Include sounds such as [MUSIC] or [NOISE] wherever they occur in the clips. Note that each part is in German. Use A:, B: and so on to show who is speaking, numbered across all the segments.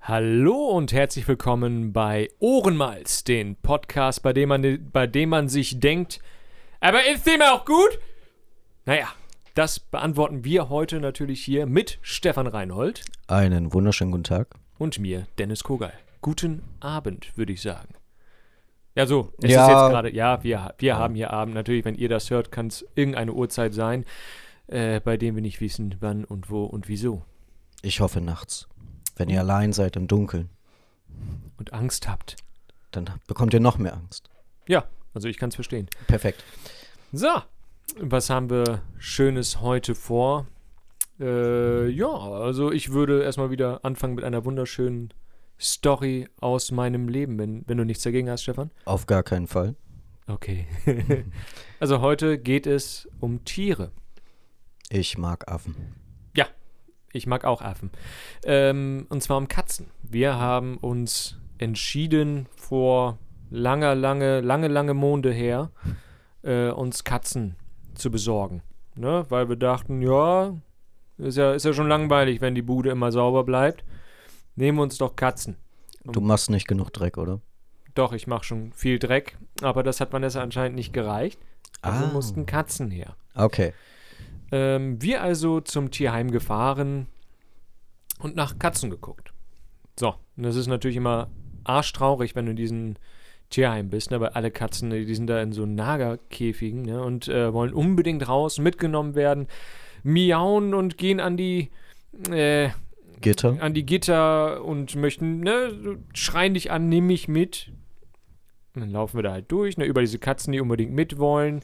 A: Hallo und herzlich willkommen bei Ohrenmalz, den Podcast, bei dem man, bei dem man sich denkt, aber ist dem auch gut? Naja, das beantworten wir heute natürlich hier mit Stefan Reinhold
B: Einen wunderschönen guten Tag.
A: und mir, Dennis Kogal. Guten Abend, würde ich sagen. Ja, so, es
B: Ja.
A: ist jetzt gerade, ja, wir, wir haben hier Abend. Natürlich, wenn ihr das hört, kann es irgendeine Uhrzeit sein, äh, bei dem wir nicht wissen, wann und wo und wieso.
B: Ich hoffe nachts. Wenn ihr allein seid im Dunkeln,
A: Und Angst habt.
B: dann bekommt ihr noch mehr Angst.
A: Ja, also ich kann es verstehen.
B: Perfekt.
A: So, was haben wir Schönes heute vor? Äh, ja, also ich würde erstmal wieder anfangen mit einer wunderschönen Story aus meinem Leben, wenn, wenn du nichts dagegen hast, Stefan.
B: Auf gar keinen Fall.
A: Okay. [LAUGHS] also heute geht es um Tiere.
B: Ich mag Affen.
A: Ich mag auch Affen. Ähm, und zwar um Katzen. Wir haben uns entschieden, vor langer, lange, lange, lange Monde her, äh, uns Katzen zu besorgen. Ne? Weil wir dachten, ja ist, ja, ist ja schon langweilig, wenn die Bude immer sauber bleibt. Nehmen wir uns doch Katzen.
B: Du machst nicht genug Dreck, oder?
A: Doch, ich mache schon viel Dreck, aber das hat Vanessa anscheinend nicht gereicht. Also
B: Ah.
A: mussten Katzen her.
B: Okay.
A: Ähm, wir also zum Tierheim gefahren und nach Katzen geguckt. So, und das ist natürlich immer arschtraurig, wenn du in diesem Tierheim bist, ne? weil alle Katzen, die sind da in so Nagerkäfigen ne? und äh, wollen unbedingt raus, mitgenommen werden, miauen und gehen an die äh,
B: Gitter?
A: an die Gitter und möchten, ne, schreien dich an, nimm mich mit. Und dann laufen wir da halt durch, ne, über diese Katzen, die unbedingt mit wollen.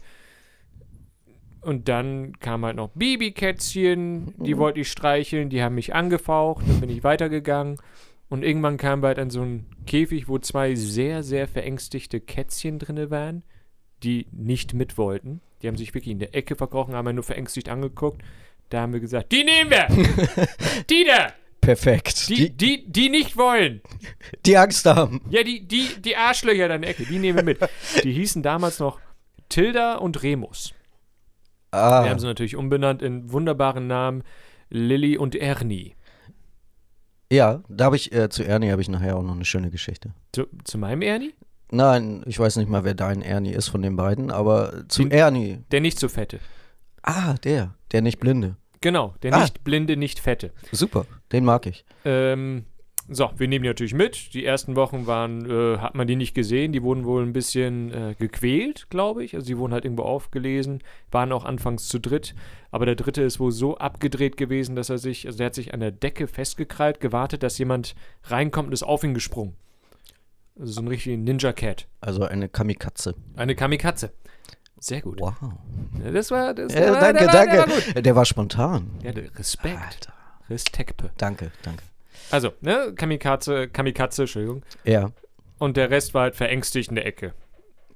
A: Und dann kam halt noch Babykätzchen, die wollte ich streicheln, die haben mich angefaucht, dann bin ich weitergegangen. Und irgendwann kamen wir halt an so einen Käfig, wo zwei sehr, sehr verängstigte Kätzchen drinne waren, die nicht mit wollten. Die haben sich wirklich in der Ecke verkrochen, haben wir nur verängstigt angeguckt. Da haben wir gesagt, die nehmen wir! die da!
B: Perfekt.
A: Die,
B: Die,
A: die, die nicht wollen.
B: die Angst haben.
A: Ja, die, die, die Arschlöcher da in der Ecke, die nehmen wir mit. Die hießen damals noch Tilda und Remus. Wir
B: Ah,
A: haben sie natürlich umbenannt in wunderbaren Namen Lilly und Ernie.
B: ja, da habe ich, äh, zu Ernie habe ich nachher auch noch eine schöne Geschichte.
A: Zu, zu meinem Ernie?
B: Nein, ich weiß nicht mal, wer dein Ernie ist von den beiden, aber zu Ernie.
A: Der nicht so fette.
B: Ah, der. Der nicht blinde.
A: Genau, der
B: Ah.
A: nicht blinde, nicht fette.
B: Super. Den mag ich.
A: Ähm, so, wir nehmen die natürlich mit. Die ersten Wochen waren, äh, hat man die nicht gesehen. Die wurden wohl ein bisschen äh, gequält, glaube ich. Also die wurden halt irgendwo aufgelesen, waren auch anfangs zu dritt. Aber der dritte ist wohl so abgedreht gewesen, dass er sich, also der hat sich an der Decke festgekrallt, gewartet, dass jemand reinkommt und ist auf ihn gesprungen. Also so ein richtiger Ninja-Cat.
B: Also eine Kamikaze.
A: Eine Kamikaze. Sehr gut.
B: Wow.
A: Das war, das
B: Ja,
A: war, der
B: danke,
A: war, Der war gut.
B: danke. Der war spontan.
A: Ja, der Respekt.
B: Alter.
A: Respekte.
B: Danke, danke.
A: Also, ne, Kamikaze, Kamikaze, Entschuldigung.
B: Ja,
A: Und der Rest war halt verängstigt in der Ecke.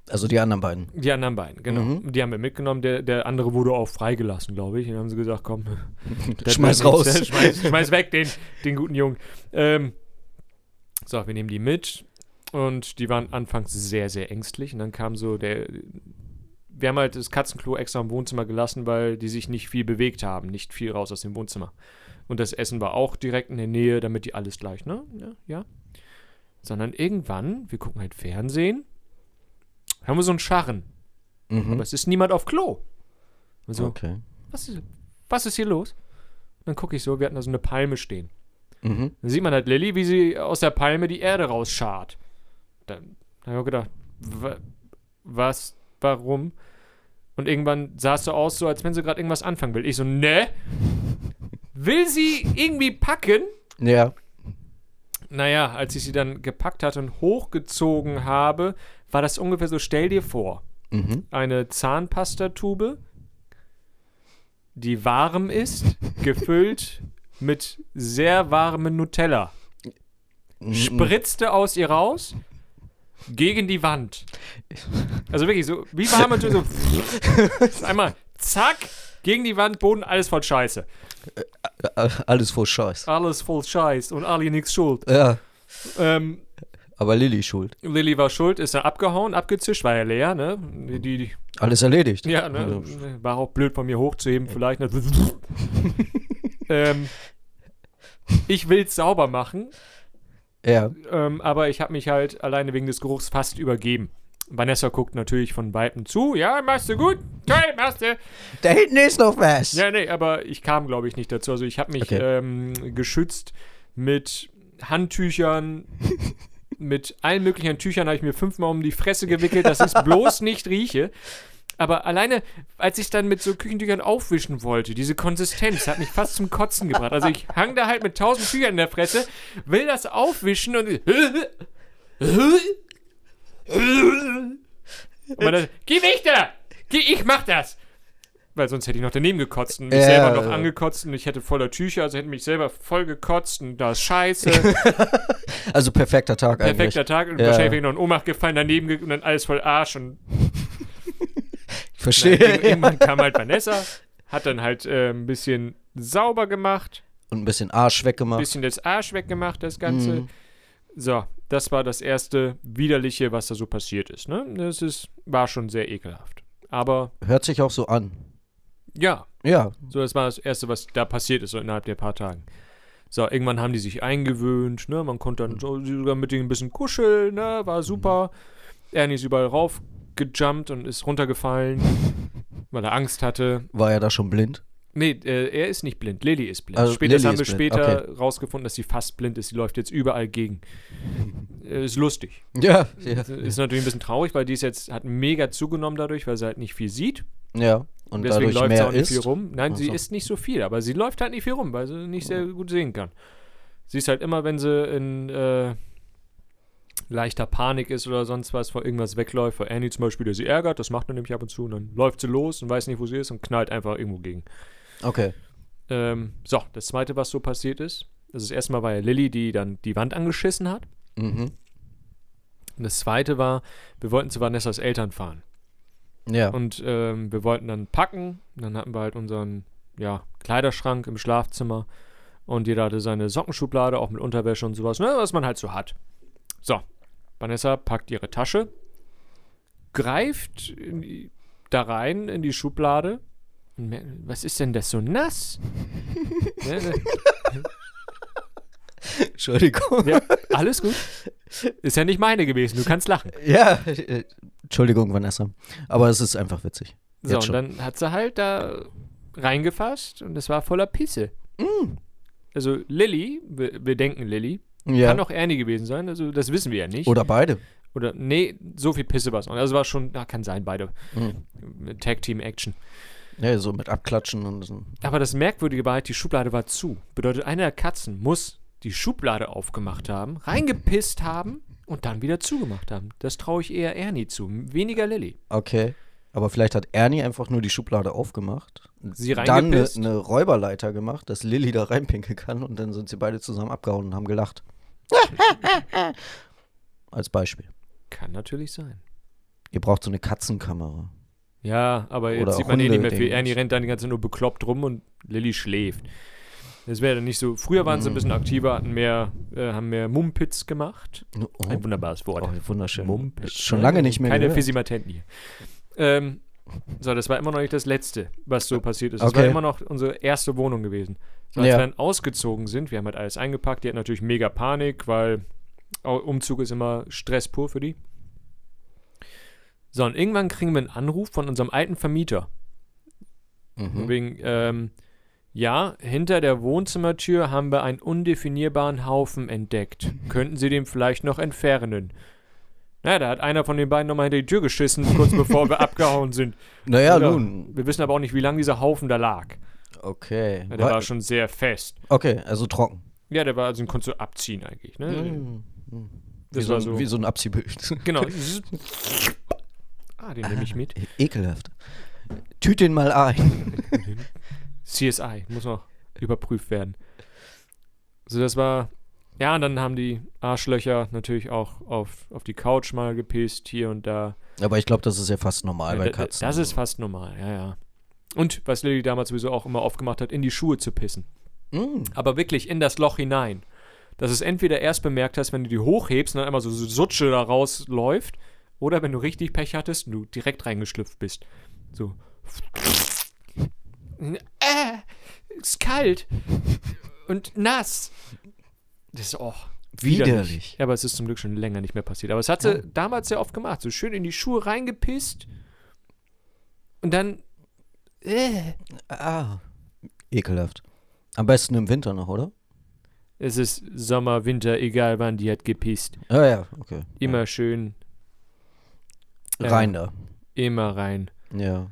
B: also die anderen beiden.
A: Die anderen beiden, genau. Die haben wir mitgenommen. Der, der andere wurde auch freigelassen, glaube ich. Und dann haben sie gesagt, komm, der
B: Schmeiß
A: bleibt
B: raus.
A: jetzt,
B: [LAUGHS]
A: äh, Schmeiß, schmeiß weg den, den guten Jungen. Ähm, so, wir nehmen die mit. Und die waren anfangs sehr, sehr ängstlich. Und dann kam so der. Wir haben halt das Katzenklo extra im Wohnzimmer gelassen, weil die sich nicht viel bewegt haben. Nicht viel raus aus dem Wohnzimmer. Und das Essen war auch direkt in der Nähe, damit die alles gleich, ne? Ja, ja. Sondern irgendwann, wir gucken halt Fernsehen, haben wir so einen Scharren. Aber
B: Mhm.
A: es ist niemand auf Klo. Also, Und so,
B: Okay.
A: was, ist, was ist hier los? Und dann gucke ich so, wir hatten da so eine Palme stehen.
B: Mhm.
A: Dann sieht man halt Lilly, wie sie aus der Palme die Erde rausschart. Dann, dann habe ich auch gedacht, wa, was, warum? Und irgendwann sah es so aus, so als wenn sie gerade irgendwas anfangen will. Ich so, ne? Will sie irgendwie packen?
B: Ja,
A: Naja, als ich sie dann gepackt hatte und hochgezogen habe, war das ungefähr so, stell dir vor,
B: mhm.
A: eine Zahnpastatube, die warm ist, gefüllt mit sehr warmen Nutella. Spritzte aus ihr raus gegen die Wand. Also wirklich so, wie warme Nutella. So, einmal, zack, gegen die Wand, Boden, alles voll Scheiße.
B: Äh, Alles voll Scheiß.
A: Alles voll Scheiß und Ali nichts schuld.
B: Ja,
A: Ähm,
B: aber Lilly ist schuld.
A: Lilly war schuld, ist dann abgehauen, abgezischt, war ja leer, ne? Die, die,
B: Alles erledigt.
A: Ja, ne,
B: Also,
A: war auch blöd von mir hochzuheben, vielleicht. Ne. ähm, ich will es sauber machen,
B: Ja.
A: Ähm, aber ich habe mich halt alleine wegen des Geruchs fast übergeben. Vanessa guckt natürlich von Weitem zu. Ja, machst du gut. Toll, machst du.
B: Da hinten ist noch was.
A: Ja, nee, aber ich kam, glaube ich, nicht dazu. Also ich habe mich
B: Okay.
A: ähm, geschützt mit Handtüchern, mit allen möglichen Tüchern habe ich mir fünfmal um die Fresse gewickelt, dass ich es bloß nicht rieche. Aber alleine, als ich dann mit so Küchentüchern aufwischen wollte, diese Konsistenz hat mich fast zum Kotzen gebracht. Also ich hang da halt mit tausend Tüchern in der Fresse, will das aufwischen und [LAUGHS] Und man dann, geh weg da! Geh, ich mach das! Weil sonst hätte ich noch daneben gekotzt und mich
B: Ja.
A: selber noch angekotzt und ich hätte voller Tücher, also hätte mich selber voll gekotzt und da ist
B: [LAUGHS]
A: scheiße.
B: Also perfekter Tag eigentlich.
A: Perfekter Tag und
B: Ja.
A: wahrscheinlich wäre ich noch in Ohnmacht gefallen, daneben ge und dann alles voll Arsch
B: [LAUGHS]
A: und
B: Ich verstehe.
A: irgendwann kam halt Vanessa, hat dann halt äh, ein bisschen sauber gemacht,
B: Und ein bisschen Arsch
A: ein
B: weggemacht.
A: bisschen das Arsch weggemacht, das Ganze.
B: Mhm.
A: So, das war das erste widerliche, was da so passiert ist. Ne? Das ist, war schon sehr ekelhaft. Aber
B: Hört sich auch so an.
A: ja,
B: Ja.
A: So, das war das Erste, was da passiert ist, so innerhalb der paar Tagen. So, irgendwann haben die sich eingewöhnt, ne? Man konnte dann so, sogar mit denen ein bisschen kuscheln, ne? War super. Ernie ist überall raufgejumpt und ist runtergefallen, weil er Angst hatte.
B: War ja da schon blind.
A: Nee, äh, er ist nicht blind, Lilly ist blind.
B: Also,
A: später das
B: Lilly
A: haben wir
B: ist blind,
A: später rausgefunden, dass sie fast blind ist. Sie läuft jetzt überall
B: [LAUGHS]
A: gegen. Äh, ist lustig.
B: Ja. Ja.
A: Ist natürlich ein bisschen traurig, weil die ist jetzt, hat mega zugenommen dadurch, weil sie halt nicht viel sieht.
B: ja. Und
A: Deswegen
B: dadurch
A: läuft sie
B: mehr
A: auch nicht
B: ist.
A: viel rum. Nein,
B: Ach
A: sie
B: so.
A: isst nicht so viel, aber sie läuft halt nicht viel rum, weil sie nicht sehr gut sehen kann. Sie ist halt immer, wenn sie in äh, leichter Panik ist oder sonst was, vor irgendwas wegläuft, vor Annie zum Beispiel, der sie ärgert, das macht man nämlich ab und zu, und dann läuft sie los und weiß nicht, wo sie ist und knallt einfach irgendwo gegen.
B: Okay.
A: Ähm, so, das zweite, was so passiert ist, also das erste Mal war ja Lilly, die dann die Wand angeschissen hat.
B: Mhm.
A: Und das zweite war, wir wollten zu Vanessas Eltern fahren.
B: Ja.
A: Und ähm, wir wollten dann packen. Und Dann hatten wir halt unseren ja, Kleiderschrank im Schlafzimmer. Und jeder hatte seine Sockenschublade, auch mit Unterwäsche und sowas, ne, was man halt so hat. So, Vanessa packt ihre Tasche, greift in die, da rein in die Schublade. Und merkt, was ist denn das so nass? ne, ne,
B: Entschuldigung.
A: ja, alles gut. Ist ja nicht meine gewesen, du kannst lachen.
B: [LAUGHS] Ja. äh, Entschuldigung, Vanessa. Aber es ist einfach witzig.
A: So,
B: Jetzt
A: und
B: schon.
A: dann hat sie halt da reingefasst und es war voller Pisse.
B: Mm.
A: Also Lilly, wir, wir denken Lilly, kann
B: Ja.
A: auch Ernie gewesen sein, also das wissen wir ja nicht.
B: Oder beide.
A: Oder nee, so viel Pisse war es noch. Also war schon, ah, kann sein, beide.
B: Mhm.
A: Tag Team Action.
B: Ja, so mit Abklatschen und so.
A: Aber das Merkwürdige war halt, die Schublade war zu. Bedeutet, einer der Katzen muss die Schublade aufgemacht haben, reingepisst haben und dann wieder zugemacht haben. Das traue ich eher Ernie zu, weniger Lilly.
B: Okay. Aber vielleicht hat Ernie einfach nur die Schublade aufgemacht.
A: Sie
B: Dann eine,
A: reingepisst.
B: eine Räuberleiter gemacht, dass Lilly da reinpinkeln kann und dann sind sie beide zusammen abgehauen und
A: [LAUGHS]
B: haben gelacht. Als Beispiel.
A: Kann natürlich sein.
B: Ihr braucht so eine Katzenkamera.
A: Ja, aber jetzt
B: Oder
A: sieht man eh nicht mehr viel.
B: Hunde-Dings.
A: Ernie rennt dann die ganze Zeit nur bekloppt rum und Lilly schläft. Das wäre dann nicht so. Früher waren sie ein
B: Mm.
A: bisschen aktiver, hatten mehr, äh, haben mehr Mumpitz gemacht.
B: Oh,
A: Ein wunderbares Wort.
B: oh, wunderschön.
A: Mumpitz.
B: Schon lange nicht mehr
A: Keine
B: gehört.
A: Physimatent hier. Ähm, so, das war immer noch nicht das Letzte, was so passiert ist. Das
B: Äh, Okay.
A: war immer noch unsere erste Wohnung gewesen. So, als
B: Ja.
A: wir dann ausgezogen sind, wir haben halt alles eingepackt, die hat natürlich mega Panik, weil Au- Umzug ist immer Stress pur für die. So, und irgendwann kriegen wir einen Anruf von unserem alten Vermieter.
B: Mhm.
A: Wegen, ähm, ja, hinter der Wohnzimmertür haben wir einen undefinierbaren Haufen
B: [LAUGHS]
A: entdeckt. Könnten Sie den vielleicht noch entfernen? Naja, da hat einer von den beiden nochmal hinter die Tür geschissen, kurz bevor
B: [LAUGHS]
A: wir abgehauen sind.
B: Naja,
A: Ja,
B: nun.
A: Wir wissen aber auch nicht, wie lange dieser Haufen da lag.
B: Okay.
A: Ja, der war schon sehr fest.
B: okay, also trocken. Hm,
A: Ja, der war, also den konntest du abziehen eigentlich. Ne?
B: Mhm. Wie,
A: Das
B: so,
A: war
B: ein-
A: so.
B: wie so ein Abziehbild. [LAUGHS]
A: Genau. ah, den nehme ich mit.
B: Ekelhaft. Tüt den mal ein.
A: CSI, muss noch überprüft werden. So, das war. Ja, und dann haben die Arschlöcher natürlich auch auf, auf die Couch mal gepisst, hier und da.
B: Aber ich glaube, das ist ja fast normal
A: Ja,
B: bei
A: da-
B: Katzen.
A: Das ist fast normal, ja, ja. Und was Lilly damals sowieso auch immer oft gemacht hat, in die Schuhe zu pissen.
B: Mm.
A: Aber wirklich in das Loch hinein. Dass du es entweder erst bemerkt hast, wenn du die hochhebst und dann einmal so Sutsche da rausläuft, oder wenn du richtig Pech hattest und du direkt reingeschlüpft bist. So. Äh, ist kalt und nass. Das ist auch.
B: Widerlich.
A: Ja, aber es ist zum Glück schon länger nicht mehr passiert. Aber es hat sie damals sehr oft gemacht. So schön in die Schuhe reingepisst und dann. Äh,
B: Ah. Ekelhaft. Am besten im Winter noch, oder?
A: es ist Sommer, Winter, egal wann, die hat gepisst.
B: Ja, ja, okay.
A: Immer schön,
B: Ja. Rein da.
A: immer rein.
B: Ja.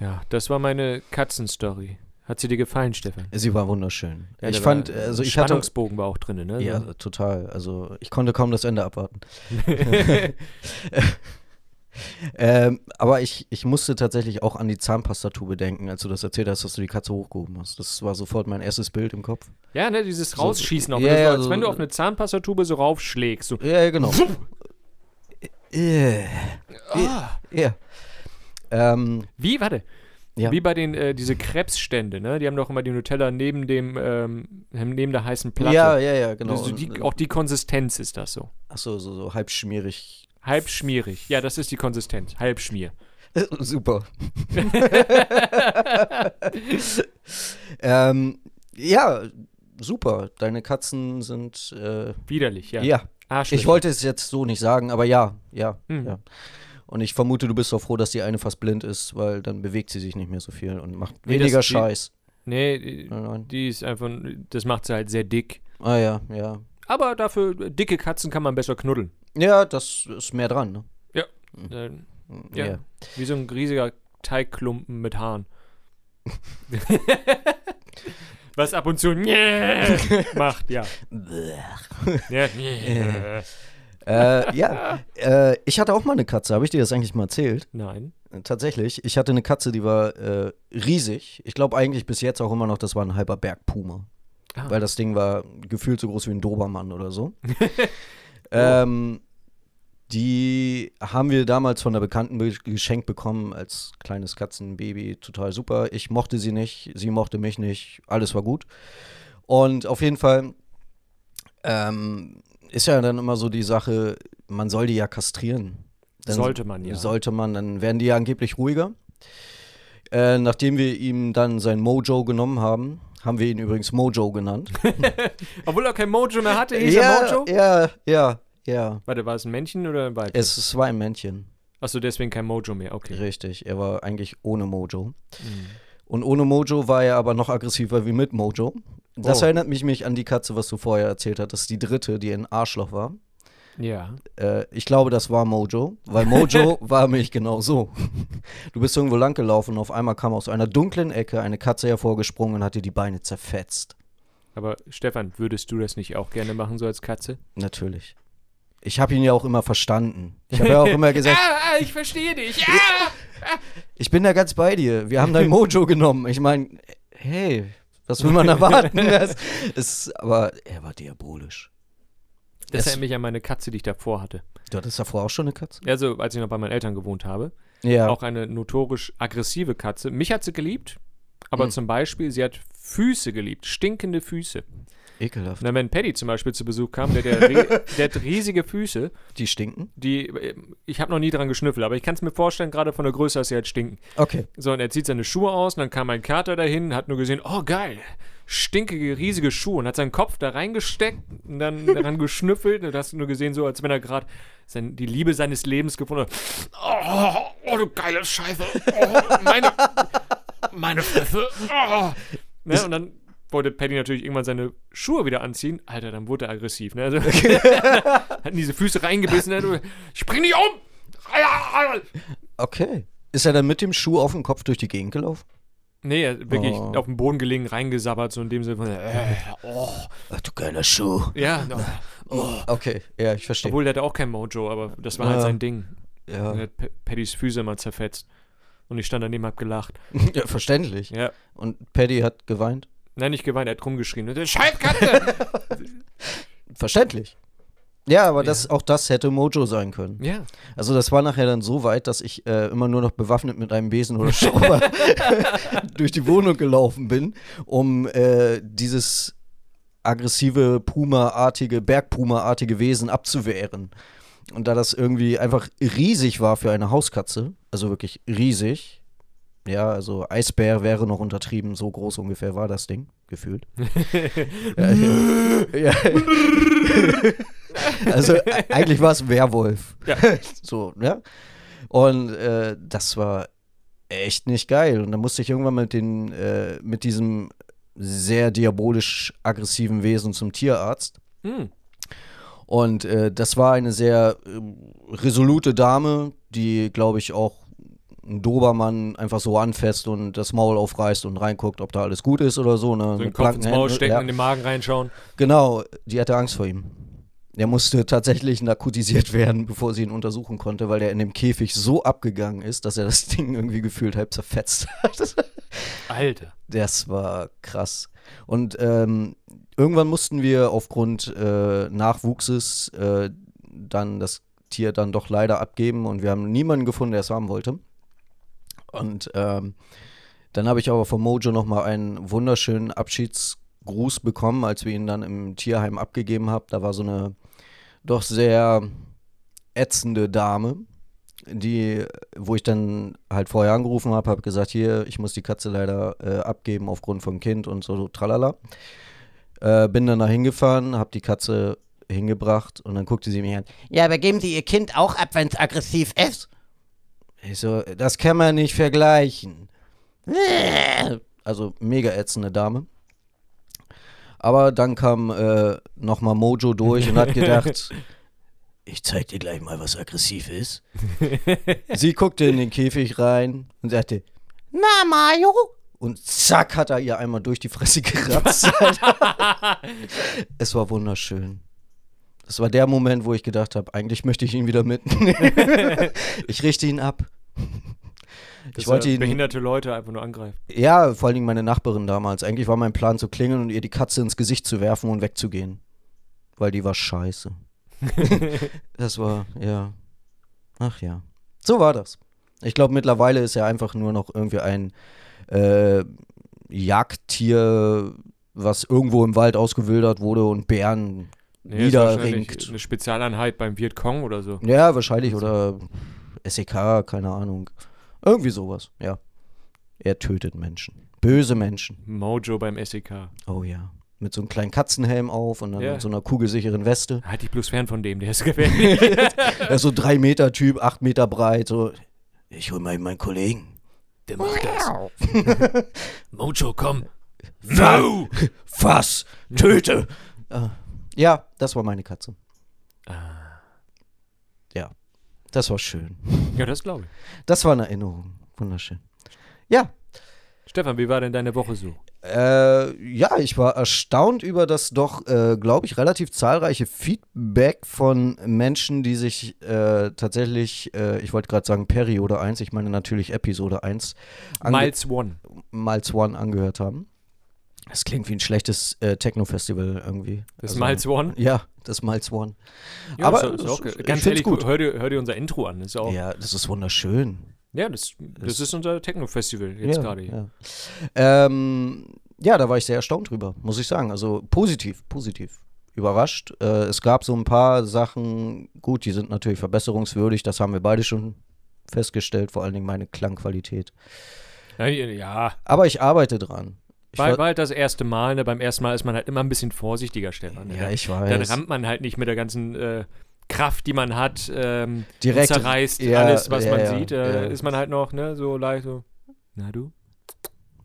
A: Ja, das war meine Katzenstory. Hat sie dir gefallen, Stefan?
B: Sie war wunderschön.
A: Ja,
B: ich
A: der
B: fand,
A: war,
B: also ich hatte.
A: Spannungsbogen war auch drin, ne?
B: Ja, total. Also ich konnte kaum das
A: [LAUGHS]
B: Ende abwarten. [LAUGHS] ähm, aber ich, ich musste tatsächlich auch an die Zahnpastatube denken, als du das erzählt hast, dass du die Katze hochgehoben hast. Das war sofort mein erstes Bild im Kopf.
A: Ja, ne, dieses
B: So-
A: Rausschießen, auch
B: Ja,
A: wenn du so,
B: ja,
A: als
B: so-
A: wenn du auf eine Zahnpastatube so raufschlägst. So.
B: Ja, ja,
A: [LAUGHS]
B: genau. Äh,
A: Ah,
B: ja. Ähm,
A: wie, warte,
B: Ja.
A: wie bei den, äh, diese Krebsstände, ne? Die haben doch immer die Nutella neben dem, ähm, neben der heißen Platte.
B: ja, ja, ja, genau.
A: Also die, auch die Konsistenz ist das so.
B: Achso, so, so halb schmierig. [LAUGHS]
A: Halb schmierig. Ja, das ist die Konsistenz. Halb schmier. [LAUGHS]
B: Super. ähm, ja, super. Deine Katzen sind, äh,
A: Widerlich, ja.
B: ja.
A: Arschlöcher.
B: Ich wollte es jetzt so nicht sagen, aber ja, ja,
A: Hm.
B: ja. Und ich vermute, du bist auch froh, dass die eine fast blind ist, weil dann bewegt sie sich nicht mehr so viel und macht
A: Nee, das-
B: weniger
A: die-
B: Scheiß.
A: Nee, die-
B: Nein, nein.
A: die ist einfach, das macht sie halt sehr dick.
B: Ah ja, ja.
A: Aber dafür, äh, dicke Katzen kann man besser knuddeln.
B: Ja, das ist mehr dran, ne?
A: Äh,
B: Ja.
A: ja. Wie so ein riesiger Teigklumpen mit
B: [LAUGHS]
A: Haaren. Was ab und zu [LAUGHS] macht, ja.
B: [LAUGHS]
A: ja.
B: Äh, ja. äh, ich hatte auch mal eine Katze, habe ich dir das eigentlich mal erzählt?
A: Nein.
B: Tatsächlich. Ich hatte eine Katze, die war äh, riesig. Ich glaube eigentlich bis jetzt auch immer noch, das war ein halber Bergpuma.
A: Ah. Oh.
B: Weil das Ding war gefühlt so groß wie ein Dobermann
A: [LAUGHS]
B: oder so. ähm, die haben wir damals von einer Bekannten be geschenkt bekommen als kleines Katzenbaby. Total super. Ich mochte sie nicht, sie mochte mich nicht. Alles war gut. Und auf jeden Fall ähm, ist ja dann immer so die Sache, man soll die ja kastrieren. Dann
A: Sollte man ja.
B: sollte man, dann werden die ja angeblich ruhiger. Äh, nachdem wir ihm dann sein Mojo genommen haben, haben wir ihn übrigens Mojo
A: [LAUGHS]
B: genannt.
A: Obwohl er kein Mojo mehr hatte, hieß er Mojo.
B: ja, ja, ja.
A: Warte, war es ein Männchen oder ein Weibchen?
B: Es, es war ein Männchen,
A: Achso, deswegen kein Mojo mehr, okay. Mhm.
B: richtig. Er war eigentlich ohne Mojo. Und ohne Mojo war er aber noch aggressiver wie mit Mojo. Das
A: Oh.
B: erinnert mich, mich an die Katze, was du vorher erzählt hattest, die dritte, die ein Arschloch war.
A: Ja.
B: Äh, ich glaube, das war Mojo, weil [LAUGHS] Mojo war mich genau so. Du bist irgendwo langgelaufen und auf einmal kam aus einer dunklen Ecke eine Katze hervorgesprungen und hat dir die Beine zerfetzt.
A: Aber Stefan, würdest du das nicht auch gerne machen, so als Katze?
B: Natürlich. Ich habe ihn ja auch immer verstanden. Ich habe ja auch immer [LAUGHS] gesagt,
A: Ah, ah, ich verstehe dich. Ah!
B: ich bin da ganz bei dir. Wir haben dein Mojo genommen. Ich meine, hey, was will man [LAUGHS] erwarten? Das ist, aber er war diabolisch.
A: Das
B: Es-
A: erinnert mich an meine Katze, die ich davor hatte.
B: Du hattest davor auch schon eine Katze?
A: Also, als ich noch bei meinen Eltern gewohnt habe.
B: Ja.
A: auch eine notorisch aggressive Katze. Mich hat sie geliebt, aber zum Beispiel, sie hat Füße geliebt, stinkende Füße.
B: Ekelhaft.
A: Na, wenn Paddy zum Beispiel zu Besuch kam, der, der, ri- der hat riesige Füße,
B: Die stinken?
A: die, äh, ich habe noch nie dran geschnüffelt, aber ich kann es mir vorstellen, gerade von der Größe, dass sie halt stinken.
B: Okay.
A: So, und er zieht seine Schuhe aus, und dann kam ein Kater dahin, hat nur gesehen, oh geil, stinkige, riesige Schuhe und hat seinen Kopf da reingesteckt und dann daran geschnüffelt und hast nur gesehen, so als wenn er gerade sein, die Liebe seines Lebens gefunden hat. Oh, oh du geile Scheiße, oh, meine, meine Fresse. Oh. Ne, und dann wollte Paddy natürlich irgendwann seine Schuhe wieder anziehen. Alter, dann wurde er aggressiv. Ne? Also, hat in diese Füße reingebissen. Ne? Ich bring dich um!
B: Okay. Ist er dann mit dem Schuh auf dem Kopf durch die Gegend gelaufen?
A: Nee, er ist wirklich
B: Oh.
A: auf dem Boden gelegen, reingesabbert, so in dem Sinne von, äh, oh,
B: Ach du geiler Schuh.
A: ja, no.
B: Okay, ja, ich verstehe.
A: obwohl der hatte auch kein Mojo, aber das war halt
B: Ja.
A: sein Ding.
B: Ja.
A: Er hat P Paddys Füße mal zerfetzt. Und ich stand daneben, hab gelacht.
B: [LAUGHS] ja, verständlich.
A: Ja.
B: Und Paddy hat geweint?
A: Nein, nicht geweint, er hat rumgeschrien.
B: [LAUGHS]
A: Scheißkatze!
B: Verständlich. Ja, aber das, auch das hätte Mojo sein können.
A: ja.
B: Also das war nachher dann so weit, dass ich äh, immer nur noch bewaffnet mit einem Besen oder Schrauber [LAUGHS] durch die Wohnung gelaufen bin, um äh, dieses aggressive Puma-artige, Bergpuma-artige Wesen abzuwehren. Und da das irgendwie einfach riesig war für eine Hauskatze, also wirklich riesig, Ja, also Eisbär wäre noch untertrieben, so groß ungefähr war das Ding, gefühlt. ja, ja. [LAUGHS] also e- eigentlich war es Werwolf.
A: Ja.
B: [LAUGHS] so, ja. Und äh, das war echt nicht geil. Und dann musste ich irgendwann mit, den, äh, mit diesem sehr diabolisch aggressiven Wesen zum Tierarzt.
A: Hm.
B: Und äh, das war eine sehr ähm, resolute Dame, die, glaube ich, auch einen Dobermann einfach so anfasst und das Maul aufreißt und reinguckt, ob da alles gut ist oder so. Ne?
A: So den
B: Mit
A: Kopf
B: blanken
A: ins Maul
B: Händen,
A: stecken,
B: ja.
A: in den Magen reinschauen.
B: Genau, die hatte Angst vor ihm. Der musste tatsächlich narkotisiert [LAUGHS] werden, bevor sie ihn untersuchen konnte, weil der in dem Käfig so abgegangen ist, dass er das Ding irgendwie gefühlt halb zerfetzt hat.
A: Alter.
B: Das war krass. Und ähm, irgendwann mussten wir aufgrund äh, Nachwuchses äh, dann das Tier dann doch leider abgeben und wir haben niemanden gefunden, der es haben wollte. Und ähm, dann habe ich aber von Mojo nochmal einen wunderschönen Abschiedsgruß bekommen, als wir ihn dann im Tierheim abgegeben haben. Da war so eine doch sehr ätzende Dame, die, wo ich dann halt vorher angerufen habe, habe gesagt, hier, ich muss die Katze leider äh, abgeben aufgrund vom Kind und so, tralala. Äh, bin dann da hingefahren, habe die Katze hingebracht und dann guckte sie mich an.
C: Ja, aber geben Sie Ihr Kind auch ab, wenn es aggressiv ist?
B: Ich so, das kann man nicht vergleichen. Also mega ätzende Dame. Aber dann kam äh, nochmal Mojo durch und hat gedacht, [LAUGHS] ich zeig dir gleich mal, was aggressiv ist. Sie guckte in den Käfig rein und sagte,
C: Na, Mario?
B: und zack hat er ihr einmal durch die Fresse geratzt. es war wunderschön. Das war der Moment, wo ich gedacht habe, eigentlich möchte ich ihn wieder mitnehmen. ich richte ihn ab.
A: Dass
B: ich wollte
A: er
B: ihn
A: äh, behinderte Leute einfach nur
B: [LAUGHS]
A: angreift.
B: ja, vor allen Dingen meine Nachbarin damals. Eigentlich war mein Plan zu klingeln und ihr die Katze ins Gesicht zu werfen und wegzugehen. Weil die war scheiße. das war, ja. Ach ja. So war das. Ich glaube, mittlerweile ist er einfach nur noch irgendwie ein äh, Jagdtier, was irgendwo im Wald ausgewildert wurde und Bären
A: [LAUGHS] Nee, das war wahrscheinlich
B: niederringt.
A: Eine Spezialeinheit beim Vietcong oder so.
B: Ja, wahrscheinlich. Oder SEK, keine Ahnung. Irgendwie sowas, ja. Er tötet Menschen. Böse Menschen.
A: Mojo beim E SEK.
B: Oh ja. Mit so einem kleinen Katzenhelm auf und dann
A: Ja.
B: mit so einer kugelsicheren Weste. [LAUGHS]
A: Halt dich bloß fern von dem, der ist gefährlich.
B: Er ist so drei Meter Typ, acht Meter breit. So. Ich hol mal meinen Kollegen.
A: der macht das. [LAUGHS] Mojo, komm.
B: No! Fass! Töte! Äh, ja, das war meine Katze. Ja, das war schön.
A: Ja, das glaube ich.
B: Das war eine Erinnerung. Wunderschön. Ja,
A: Stefan, wie war denn deine Woche so?
B: Äh, ja, ich war erstaunt über das doch, äh, glaube ich, relativ zahlreiche Feedback von Menschen, die sich äh, tatsächlich, äh, ich wollte gerade sagen Periode 1, ich meine natürlich Episode 1, ange
A: Miles One.
B: Miles One angehört haben. Das klingt wie ein schlechtes äh, Techno-Festival irgendwie.
A: Das
B: Also,
A: Miles One.
B: Ja, das Miles One.
A: Ja,
B: aber
A: ist, auch- ist auch,
B: ich
A: ganz
B: find's
A: ehrlich,
B: gut.
A: Hör, dir, hör dir unser Intro an. Ist auch, ja,
B: Ja, das ist wunderschön.
A: das, das ist unser Techno-Festival jetzt
B: ja,
A: gerade. hier.
B: Ja. Ähm, ja, da war ich sehr erstaunt drüber, muss ich sagen. Also positiv, positiv. Überrascht. Äh, es gab so ein paar Sachen, gut, die sind natürlich verbesserungswürdig, das haben wir beide schon festgestellt, vor allen Dingen meine Klangqualität.
A: Nein, Ja,
B: Aber ich arbeite dran. Ich
A: war,
B: ver-
A: war halt das erste Mal. Ne? Beim ersten Mal ist man halt immer ein bisschen vorsichtiger, Stefan. Ne?
B: ja, ich
A: Dann
B: weiß.
A: rammt man halt nicht mit der ganzen äh, Kraft, die man hat, ähm,
B: Direkt-
A: und zerreißt
B: ja,
A: alles, was
B: ja,
A: man
B: ja,
A: sieht. Äh,
B: ja.
A: Ist man halt noch ne, so leicht so, na du?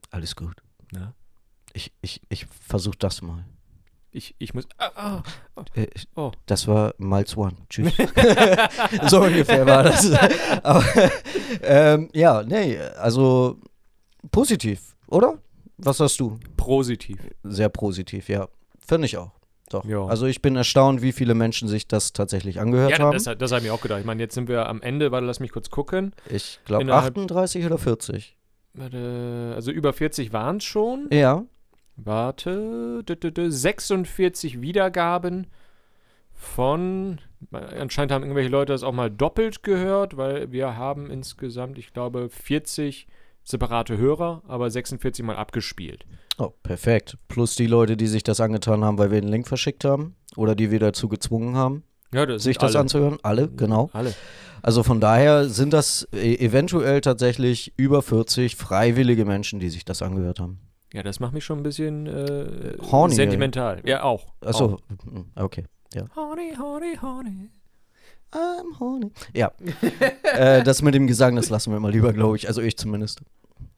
B: Alles gut.
A: Na?
B: Ich, ich, ich versuche das mal.
A: Ich, ich muss. Ah, ah.
B: Äh,
A: Oh.
B: Das war Miles One. Tschüss.
A: [LAUGHS]
B: so ungefähr war das. Aber, ähm, ja, nee, also positiv, oder? Was hast du?
A: Positiv.
B: Sehr positiv, ja. Finde ich auch. Doch.
A: Ja.
B: Also ich bin erstaunt, wie viele Menschen sich das tatsächlich angehört
A: Ja,
B: haben.
A: das, hat- das habe ich mir auch gedacht. Ich meine, jetzt sind wir am Ende. Warte, lass mich kurz gucken.
B: ich glaube
A: innerhalb-
B: 38 oder 40.
A: Warte, also über 40 waren es schon.
B: Ja.
A: Warte, dü- dü- dü, 46 Wiedergaben von. Anscheinend haben irgendwelche Leute das auch mal doppelt gehört, weil wir haben insgesamt, ich glaube, 40 separate Hörer, aber 46 mal abgespielt.
B: Oh, perfekt. Plus die Leute, die sich das angetan haben, weil wir den Link verschickt haben oder die wir dazu gezwungen haben.
A: Ja, das
B: sich
A: sind
B: das
A: alle.
B: anzuhören. Alle, genau.
A: Alle.
B: Also von daher sind das e- eventuell tatsächlich über 40 freiwillige Menschen, die sich das angehört haben.
A: Ja, das macht mich schon ein bisschen äh,
B: Horny, ey.
A: sentimental. Ja, auch.
B: Achso, hm, okay. Ja.
A: Auch. Horny, horny, horny.
B: I'm horny. [LAUGHS] Ja. äh, das mit dem Gesang, das lassen wir mal lieber, glaube ich. Also ich zumindest.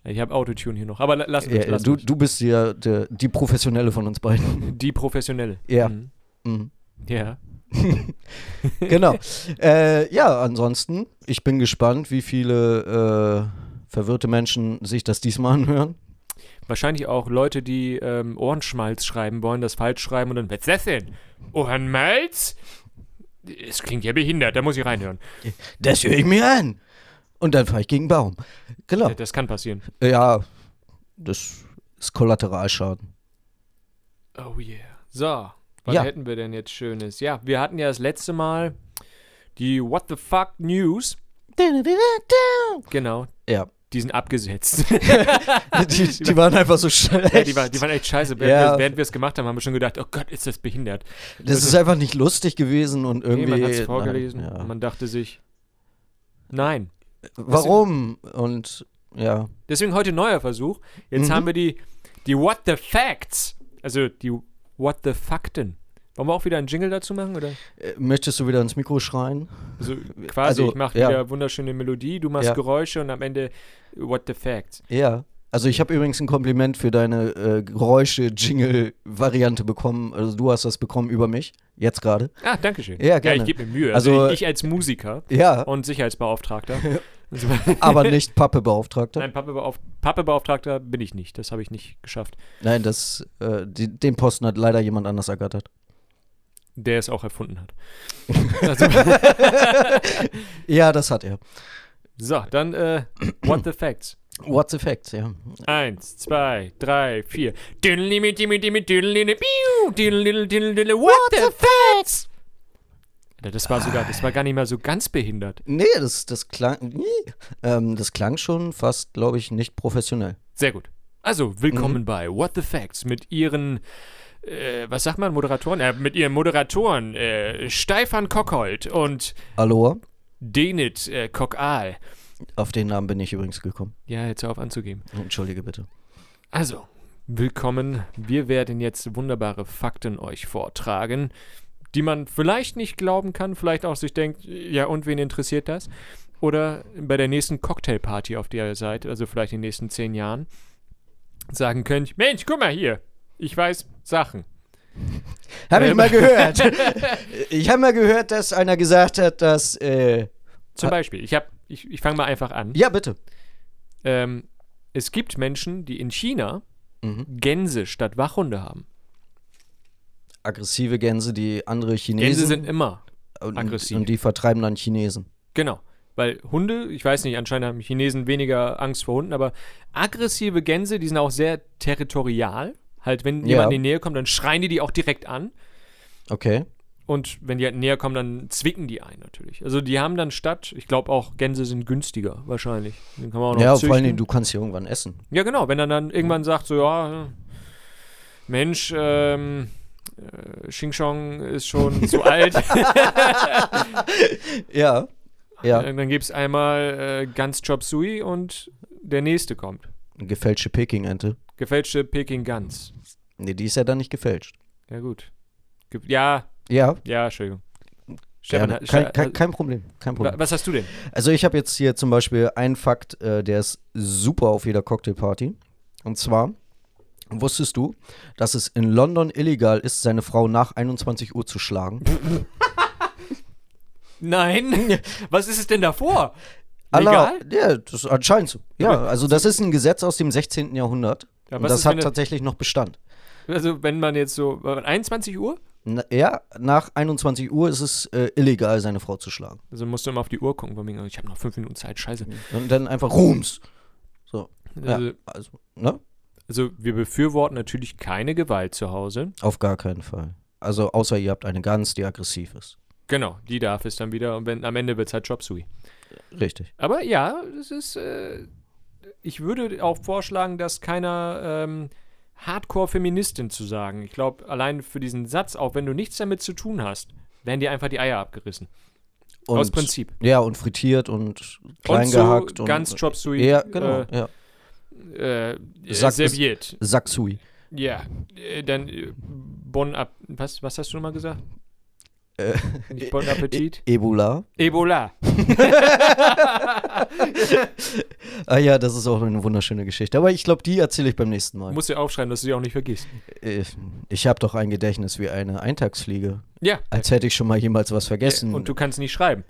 A: Ich habe Autotune hier noch, aber la- lass mich,
B: Ja,
A: lass
B: du,
A: mich.
B: du bist ja der, die Professionelle von uns beiden.
A: Die Professionelle.
B: Ja.
A: Mhm.
B: Mhm.
A: Ja.
B: [LAUGHS] genau. Äh, ja, ansonsten, ich bin gespannt, wie viele äh, verwirrte Menschen sich das diesmal anhören.
A: Wahrscheinlich auch Leute, die ähm, Ohrenschmalz schreiben wollen, das falsch schreiben und dann, was ist das denn? Ohrenmalz? Es klingt ja behindert, da muss ich reinhören.
B: Das höre ich mir an. Und dann fahre ich gegen den Baum. Genau.
A: Das kann passieren.
B: Ja, das ist Kollateralschaden.
A: Oh yeah. So, was
B: Ja.
A: hätten wir denn jetzt Schönes? Ja, wir hatten ja das letzte Mal die What the Fuck News. Genau,
B: Ja.
A: die sind abgesetzt. [LAUGHS]
B: Die, die waren einfach so schlecht.
A: Ah. Ja, die, war, die waren echt scheiße. Während
B: Ja.
A: wir- während wir es gemacht haben, haben wir schon gedacht, oh Gott, ist das behindert.
B: das ist einfach nicht lustig gewesen und irgendwie.
A: Jemand hat es vorgelesen
B: Nein, ja.
A: und man dachte sich, nein.
B: Warum? Und ja.
A: Deswegen heute neuer Versuch. Jetzt
B: Mhm.
A: haben wir die, die What the Facts. Also die What the Fakten. Wollen wir auch wieder einen Jingle dazu machen? Oder?
B: Äh, Möchtest du wieder ins Mikro schreien?
A: Also quasi,
B: also,
A: ich mache
B: ja.
A: wieder wunderschöne Melodie, du machst
B: Ja.
A: Geräusche und am Ende What the Facts.
B: Ja. Also ich habe übrigens ein Kompliment für deine äh, Geräusche-Jingle-Variante bekommen. Also du hast das bekommen über mich. Jetzt gerade.
A: Ah, Dankeschön.
B: Ja, gerne.
A: ich gebe mir Mühe. Also,
B: Also-
A: ich, ich als Musiker
B: Ja,
A: und
B: [LAUGHS]
A: Sicherheitsbeauftragter.
B: aber nicht
A: [LAUGHS]
B: Pappe-Beauftragter.
A: Nein, Pappebeauf Pappebeauftragter bin ich nicht. Das habe ich nicht geschafft.
B: Nein, das, äh, die, den Posten hat leider jemand anders ergattert.
A: der es auch erfunden hat.
B: Ja, das hat er.
A: So, dann äh, What the Facts.
B: What's the facts, ja.
A: Eins, zwei, drei, vier. Diddly mi, dimmi, dimmi, diddly di, piu, diddly diddly diddly, What the Facts? Alter, Das war sogar, das war gar nicht mal so ganz behindert.
B: Nee, das, das klang. Nee. Ähm, das klang schon fast, glaube ich, nicht professionell.
A: Sehr gut. Also, willkommen bei What the Facts mit ihren, äh, was sagt man, Moderatoren? Äh, mit ihren Moderatoren, äh, Stefan Kockhold und
B: Aloha,
A: Denit äh, Kockal.
B: auf den Namen bin ich übrigens gekommen.
A: Ja, jetzt hör auf anzugeben.
B: Entschuldige bitte.
A: Also, willkommen. Wir werden jetzt wunderbare Fakten euch vortragen, die man vielleicht nicht glauben kann, vielleicht auch sich denkt, ja und wen interessiert das? Oder bei der nächsten Cocktailparty, auf der ihr seid, also vielleicht in den nächsten zehn Jahren, sagen könnt, Mensch, guck mal hier, ich weiß
B: [LAUGHS]
A: Sachen.
B: Hab ich
A: Ähm. [LAUGHS]
B: mal gehört. ich habe mal gehört, dass einer gesagt hat, dass. Äh,
A: Zum
B: Ah.
A: Beispiel, ich, hab- ich, ich fange mal einfach an.
B: ja, bitte.
A: Ähm, es gibt Menschen, die in China
B: Mhm.
A: Gänse statt Wachhunde haben.
B: Aggressive Gänse, die andere Chinesen.
A: Gänse sind immer
B: und,
A: aggressiv.
B: Und die vertreiben dann Chinesen.
A: Genau. Weil Hunde, ich weiß nicht, anscheinend haben Chinesen weniger Angst vor Hunden, aber aggressive Gänse, die sind auch sehr territorial. Halt, wenn
B: Ja.
A: jemand in die Nähe kommt, dann schreien die die auch direkt an.
B: Okay.
A: Und wenn die halt näher kommen, dann zwicken die ein natürlich. Also die haben dann statt, ich glaube auch Gänse sind günstiger wahrscheinlich. Den kann man auch noch
B: Ja,
A: züchten.
B: vor allen Dingen, du kannst hier irgendwann essen.
A: Ja, genau. Wenn er dann irgendwann sagt, so, ja, äh, Mensch, ähm, äh, Xing Shong ist
B: [LAUGHS]
A: schon zu alt.
B: Ja. Ja.
A: Dann, [LAUGHS] dann gibt es einmal äh, ganz Chop Sui und der nächste kommt.
B: Gefälschte Peking-Ente.
A: Gefälschte Peking Gans.
B: Nee, die ist ja dann nicht gefälscht.
A: Ja, gut. Ge ja,
B: Ja,
A: ja, Entschuldigung. Stefan,
B: gerne.
A: ha-
B: Kein,
A: Ste- äh,
B: kein, kein Problem. Kein Problem.
A: wa- was hast du denn?
B: Also ich habe jetzt hier zum Beispiel einen Fakt, äh, der ist super auf jeder Cocktailparty. Und zwar, wusstest du, dass es in London illegal ist, seine Frau nach 21 Uhr zu schlagen?
A: Hm, Nein. [LAUGHS] was ist es denn davor? Legal?
B: Ja, das ist anscheinend so. Ja, also das ist ein Gesetz aus dem 16. Jahrhundert.
A: Ja,
B: und
A: was
B: das
A: ist, wenn
B: hat
A: er-
B: tatsächlich noch Bestand.
A: Also, wenn man jetzt so. äh, 21 Uhr?
B: Na, ja, nach 21 Uhr ist es äh, illegal, seine Frau zu schlagen.
A: Also, musst du immer auf die Uhr gucken. Von wegen, ich habe noch 5 Minuten Zeit. Scheiße.
B: Und dann einfach Rums. So,
A: Also,
B: ja, also, ne?
A: also, wir befürworten natürlich keine Gewalt zu Hause.
B: Auf gar keinen Fall. Also außer ihr habt eine Gans, die aggressiv ist.
A: Genau, die darf es dann wieder. Und wenn, am Ende wird es halt Chop Sui.
B: Richtig.
A: Aber ja, es ist. Äh, ich würde auch vorschlagen, dass keiner ähm, Hardcore-Feministin zu sagen. Ich glaube, allein für diesen Satz, auch wenn du nichts damit zu tun hast, werden dir einfach die Eier abgerissen.
B: Und,
A: Aus Prinzip.
B: Ja, und frittiert und klein
A: und so
B: gehackt. und,
A: ganz äh, Chop Suey.
B: Ja, genau. ja.
A: Äh, äh,
B: Sagt es-
A: serviert.
B: Saksui.
A: Ja. Äh, dann äh, Bon App. Was, was hast du nochmal gesagt?
B: Äh,
A: Nicht
B: [LAUGHS]
A: Bon Appetit?
B: Ebola.
A: Ebola.
B: Ah ja, das ist auch eine wunderschöne Geschichte. Aber ich glaube, die erzähle ich beim nächsten Mal.
A: Musst du aufschreiben, dass du sie auch nicht vergisst.
B: Äh, Ich habe doch ein Gedächtnis wie eine Eintagsfliege.
A: Ja.
B: Als hätte ich schon mal jemals was vergessen.
A: Und du kannst nicht schreiben.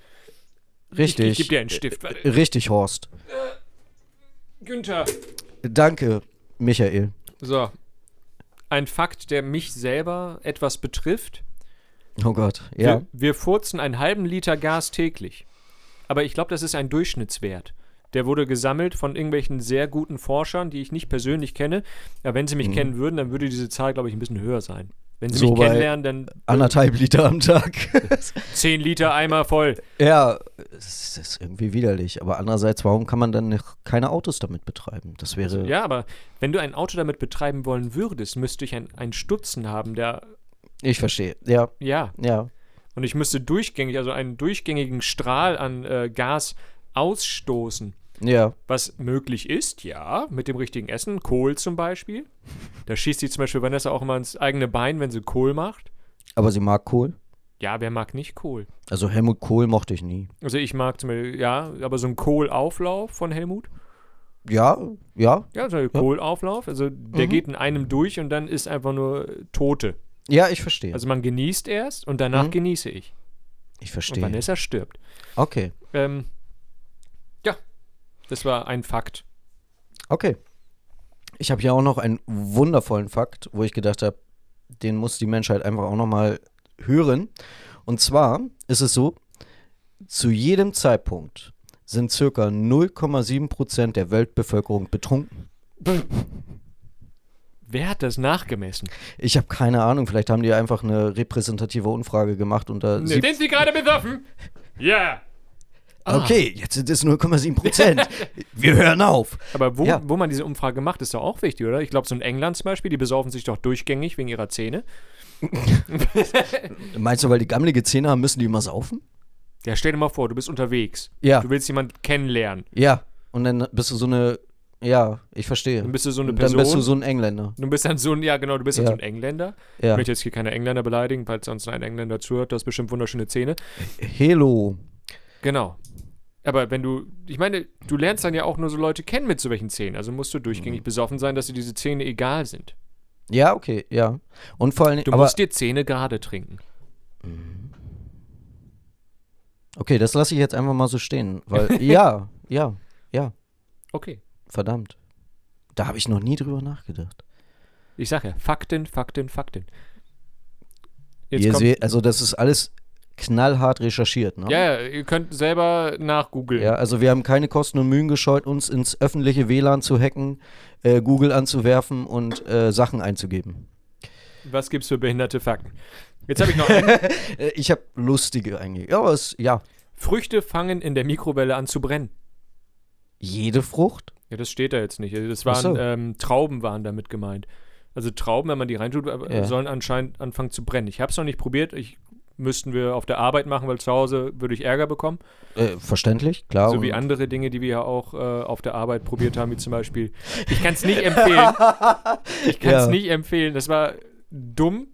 B: Hm. Richtig. Äh,
A: Ich, ich gebe dir einen Stift. Warte.
B: Richtig, Horst. äh,
A: Günther.
B: Danke, Michael.
A: So. Ein Fakt, der mich selber etwas betrifft.
B: Oh Gott. Ja.
A: Wir, wir furzen einen halben Liter Gas täglich. Aber ich glaube, das ist ein Durchschnittswert. Der wurde gesammelt von irgendwelchen sehr guten Forschern, die ich nicht persönlich kenne. Aber wenn sie mich kennen würden, dann würde diese Zahl, glaube ich, ein bisschen höher sein. Wenn sie
B: Mhm. So
A: mich
B: bei-
A: kennenlernen, dann
B: Anderthalb Liter am Tag. [LAUGHS]
A: 10 Liter Eimer voll.
B: ja, es ist irgendwie widerlich. Aber andererseits, warum kann man dann noch keine Autos damit betreiben? Das wäre.
A: Ja, aber wenn du ein Auto damit betreiben wollen würdest, müsste ich ein- einen Stutzen haben, der,
B: Ich verstehe. Ja,
A: ja,
B: ja.
A: und ich müsste durchgängig, also einen durchgängigen Strahl an äh, Gas ausstoßen.
B: Ja.
A: Was möglich ist, ja, mit dem richtigen Essen. Kohl zum Beispiel. Da schießt die zum Beispiel Vanessa auch immer ins eigene Bein, wenn sie Kohl macht.
B: Aber sie mag Kohl.
A: Ja, wer mag nicht Kohl?
B: Also Helmut Kohl mochte ich nie.
A: Also ich mag zum Beispiel, ja, aber so ein Kohlauflauf von Helmut.
B: Ja, ja.
A: Ja, so ein Kohlauflauf. Also der geht in einem durch und dann ist einfach nur äh, Tote.
B: Ja, ich verstehe.
A: Also man genießt erst und danach genieße ich. Und
B: ich verstehe.
A: Vanessa stirbt.
B: Okay.
A: Ähm, ja, das war ein Fakt.
B: Okay. Ich habe hier auch noch einen wundervollen Fakt, wo ich gedacht habe, den muss die Menschheit einfach auch nochmal hören. Und zwar ist es so, zu jedem Zeitpunkt sind circa 0,7 Prozent der Weltbevölkerung betrunken.
A: Wer hat das nachgemessen?
B: Ich habe keine Ahnung, vielleicht haben die einfach eine repräsentative Umfrage gemacht und da... sieb-
A: Sind Sie gerade besoffen? Ja.
B: Okay, jetzt sind es 0,7 Prozent. Wir hören auf.
A: Aber wo,
B: Ja.
A: wo man diese Umfrage macht, ist doch auch wichtig, oder? Ich glaube, so in England zum Beispiel, die besaufen sich doch durchgängig wegen ihrer Zähne.
B: Meinst du, weil die gammelige Zähne haben, müssen die immer saufen?
A: Ja, stell dir mal vor, du bist unterwegs.
B: Ja.
A: Du willst jemanden kennenlernen.
B: Ja. Und dann bist du so eine... Ja, ich verstehe.
A: Dann bist du so eine
B: Und Dann bist du
A: Person.
B: so ein Engländer.
A: Du bist dann so ein, ja genau, du bist dann
B: Ja.
A: so ein Engländer.
B: Ja.
A: Ich möchte jetzt hier keine Engländer beleidigen, falls sonst ein Engländer zuhört, du hast bestimmt wunderschöne Zähne.
B: Hello.
A: Genau. Aber wenn du, ich meine, du lernst dann ja auch nur so Leute kennen mit so welchen Zähnen. Also musst du
B: Mhm.
A: durchgängig besoffen sein, dass dir diese Zähne egal sind.
B: Ja, okay, ja. Und vor allem,
A: Du
B: aber,
A: musst dir Zähne gerade trinken.
B: okay, das lasse ich jetzt einfach mal so stehen,
A: [LAUGHS]
B: weil, ja, ja, ja,
A: Okay.
B: verdammt. Da habe ich noch nie drüber nachgedacht.
A: Ich sage ja, Fakten, Fakten, Fakten.
B: Ihr seht, also das ist alles knallhart recherchiert, ne?
A: Ja, ja, ihr könnt selber nachgoogeln.
B: Ja, also wir haben keine Kosten und Mühen gescheut, uns ins öffentliche WLAN zu hacken, äh, Google anzuwerfen und äh, Sachen einzugeben.
A: Was gibt's für behinderte Fakten? Jetzt habe ich noch
B: [LAUGHS]
A: einen.
B: Äh, ich habe lustige eigentlich. Ja, aber es, ja,
A: Früchte fangen in der Mikrowelle an zu brennen.
B: jede Frucht.
A: Ja, das steht da jetzt nicht. Also Das
B: Ach
A: waren
B: so.
A: ähm, Trauben waren damit gemeint. Also Trauben, wenn man die reintut, aber-
B: Ja.
A: sollen anscheinend anfangen zu brennen. Ich habe es noch nicht probiert. Ich müssten wir auf der Arbeit machen, weil zu Hause würde ich Ärger bekommen.
B: Äh, verständlich, klar.
A: So wie
B: und-
A: andere Dinge, die wir ja auch äh, auf der Arbeit probiert haben, wie zum Beispiel. Ich kann es nicht empfehlen. Ich kann es
B: Ja.
A: nicht empfehlen. Das war dumm,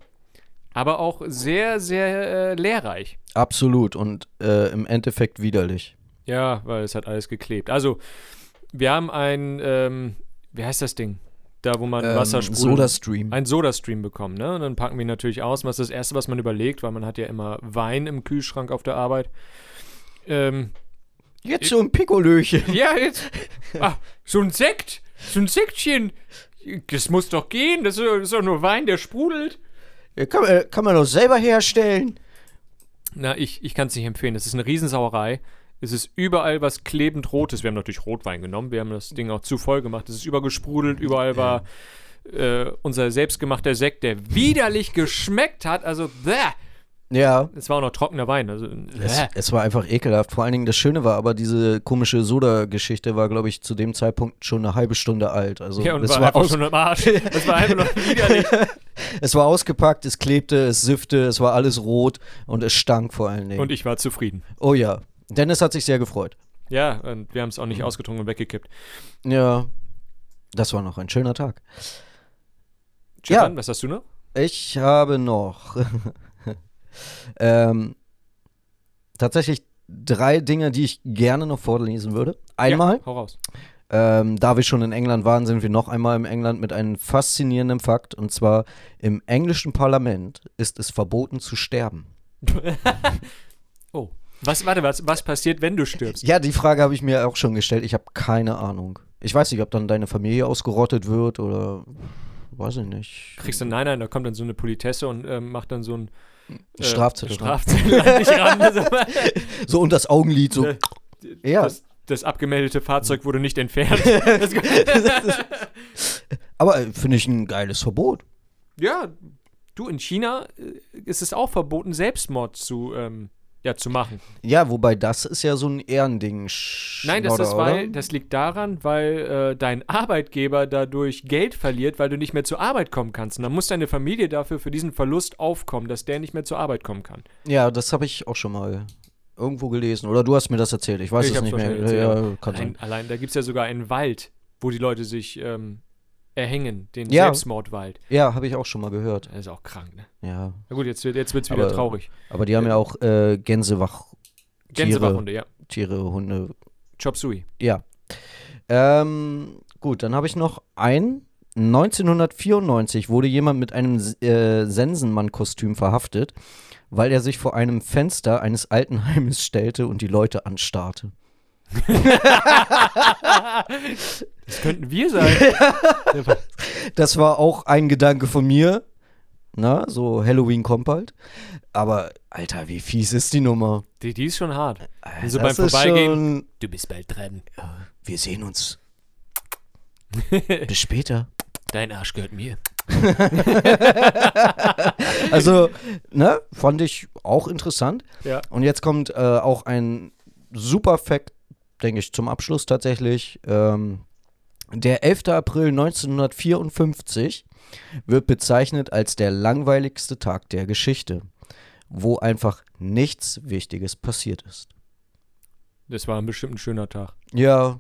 A: aber auch sehr, sehr äh, lehrreich.
B: Absolut und äh, im Endeffekt widerlich.
A: Ja, weil es hat alles geklebt. Also, wir haben ein, ähm, wie heißt das Ding? Da, wo
B: Ähm,
A: man Wasser sprudelt.
B: Soda-Stream.
A: Ein Soda-Stream bekommen, ne? Und dann packen wir ihn natürlich aus. Und Das ist das Erste, was man überlegt, weil man hat ja immer Wein im Kühlschrank auf der Arbeit. Ähm,
B: Jetzt so
A: [LAUGHS]
B: ein Pikolöchen.
A: ja, jetzt. Ah, so ein Sekt. So ein Sektchen. Das muss doch gehen. Das ist doch- das ist doch nur Wein, der sprudelt.
B: Kann, äh, kann man doch selber herstellen.
A: Na, ich, ich kann es nicht empfehlen. Es ist eine Riesensauerei. Es ist überall was klebend Rotes. Wir haben natürlich Rotwein genommen. Wir haben das Ding auch zu voll gemacht. Es ist übergesprudelt. Überall war äh, unser selbstgemachter Sekt, der widerlich geschmeckt hat. Also, bäh.
B: Ja.
A: es war auch noch trockener Wein. Also,
B: Es,
A: bäh.
B: es war einfach ekelhaft. Vor allen Dingen das Schöne war aber, diese komische Soda-Geschichte war, glaube ich, zu dem Zeitpunkt schon eine halbe Stunde alt. Also
A: Ja, und
B: das
A: war,
B: war
A: einfach
B: aus, [LAUGHS]
A: schon im Arsch. Das war einfach nur widerlich.
B: Es war ausgepackt, es klebte, es siffte, es war alles rot und es stank vor allen Dingen.
A: Und ich war zufrieden.
B: oh ja. Dennis hat sich sehr gefreut.
A: Ja, und wir haben es auch nicht ausgetrunken und weggekippt.
B: Ja. Das war noch ein schöner Tag. Ja.
A: Chetan, was hast du noch?
B: Ich habe noch [LAUGHS] ähm, tatsächlich drei Dinge, die ich gerne noch vorlesen würde. Einmal,
A: Ja, hau raus.
B: ähm, da wir schon in England waren, sind wir noch einmal in England mit einem faszinierenden Fakt. Und zwar, im englischen Parlament ist es verboten zu sterben.
A: Oh. Was, warte, was, was passiert, wenn du stirbst?
B: Ja, die Frage habe ich mir auch schon gestellt. Ich habe keine Ahnung. Ich weiß nicht, ob dann deine Familie ausgerottet wird oder weiß ich nicht.
A: Kriegst du, nein, nein, da kommt dann so eine Politesse und ähm, macht dann so ein äh,
B: Strafzettel dran.
A: Strafzettel an dich ran.
B: [LAUGHS]
A: Also,
B: So und das Augenlid so.
A: Äh,
B: Ja.
A: das, das abgemeldete Fahrzeug wurde nicht
B: [LAUGHS]
A: entfernt. Das,
B: Aber äh, finde ich ein geiles Verbot.
A: ja, du, in China äh, ist es auch verboten, Selbstmord zu, ähm, ja, zu machen.
B: Ja, wobei das ist ja so ein Ehrending. Sch-
A: Nein, das,
B: oder,
A: ist,
B: oder?
A: weil, das liegt daran, weil äh, dein Arbeitgeber dadurch Geld verliert, weil du nicht mehr zur Arbeit kommen kannst. Und dann muss deine Familie dafür für diesen Verlust aufkommen, dass der nicht mehr zur Arbeit kommen kann.
B: Ja, das habe ich auch schon mal irgendwo gelesen. Oder du hast mir das erzählt. Ich weiß
A: Ich
B: es
A: hab's
B: nicht mehr.
A: wahrscheinlich erzählt,
B: Ja, kann
A: Allein,
B: sein.
A: allein da gibt es ja sogar einen Wald, wo die Leute sich ähm, erhängen, den
B: Ja.
A: Selbstmordwald.
B: ja habe ich auch schon mal gehört.
A: Das ist auch krank, ne?
B: Ja,
A: Na gut, jetzt wird jetzt wird's wieder
B: Aber-
A: traurig.
B: aber die haben ja auch äh, Gänsewach.
A: Gänsewachhunde, ja.
B: Tiere, Tiere, Hunde,
A: Chop Suey.
B: Ja. Ähm, gut, dann habe ich noch einen. 1994 wurde jemand mit einem S- äh, Sensenmann-Kostüm verhaftet, weil er sich vor einem Fenster eines Altenheimes [LAUGHS] stellte und die Leute anstarrte.
A: Das könnten wir
B: [LAUGHS]
A: sein.
B: Das war auch ein Gedanke von mir. Na, so Halloween kommt bald. Aber, Alter, wie fies ist die Nummer?
A: die, die ist schon hart. Also
B: Das
A: beim
B: ist
A: Vorbeigehen.
B: schon-
A: Du bist bald dran.
B: wir sehen
A: [LAUGHS]
B: uns. Bis später.
A: Dein Arsch gehört mir.
B: Also, ne, fand ich auch interessant.
A: Ja.
B: Und jetzt kommt äh, auch ein super Fact, denke ich, zum Abschluss tatsächlich. Ähm, der 11. April 1954 wird bezeichnet als der langweiligste Tag der Geschichte, wo einfach nichts Wichtiges passiert ist.
A: Das war bestimmt ein schöner Tag.
B: Ja.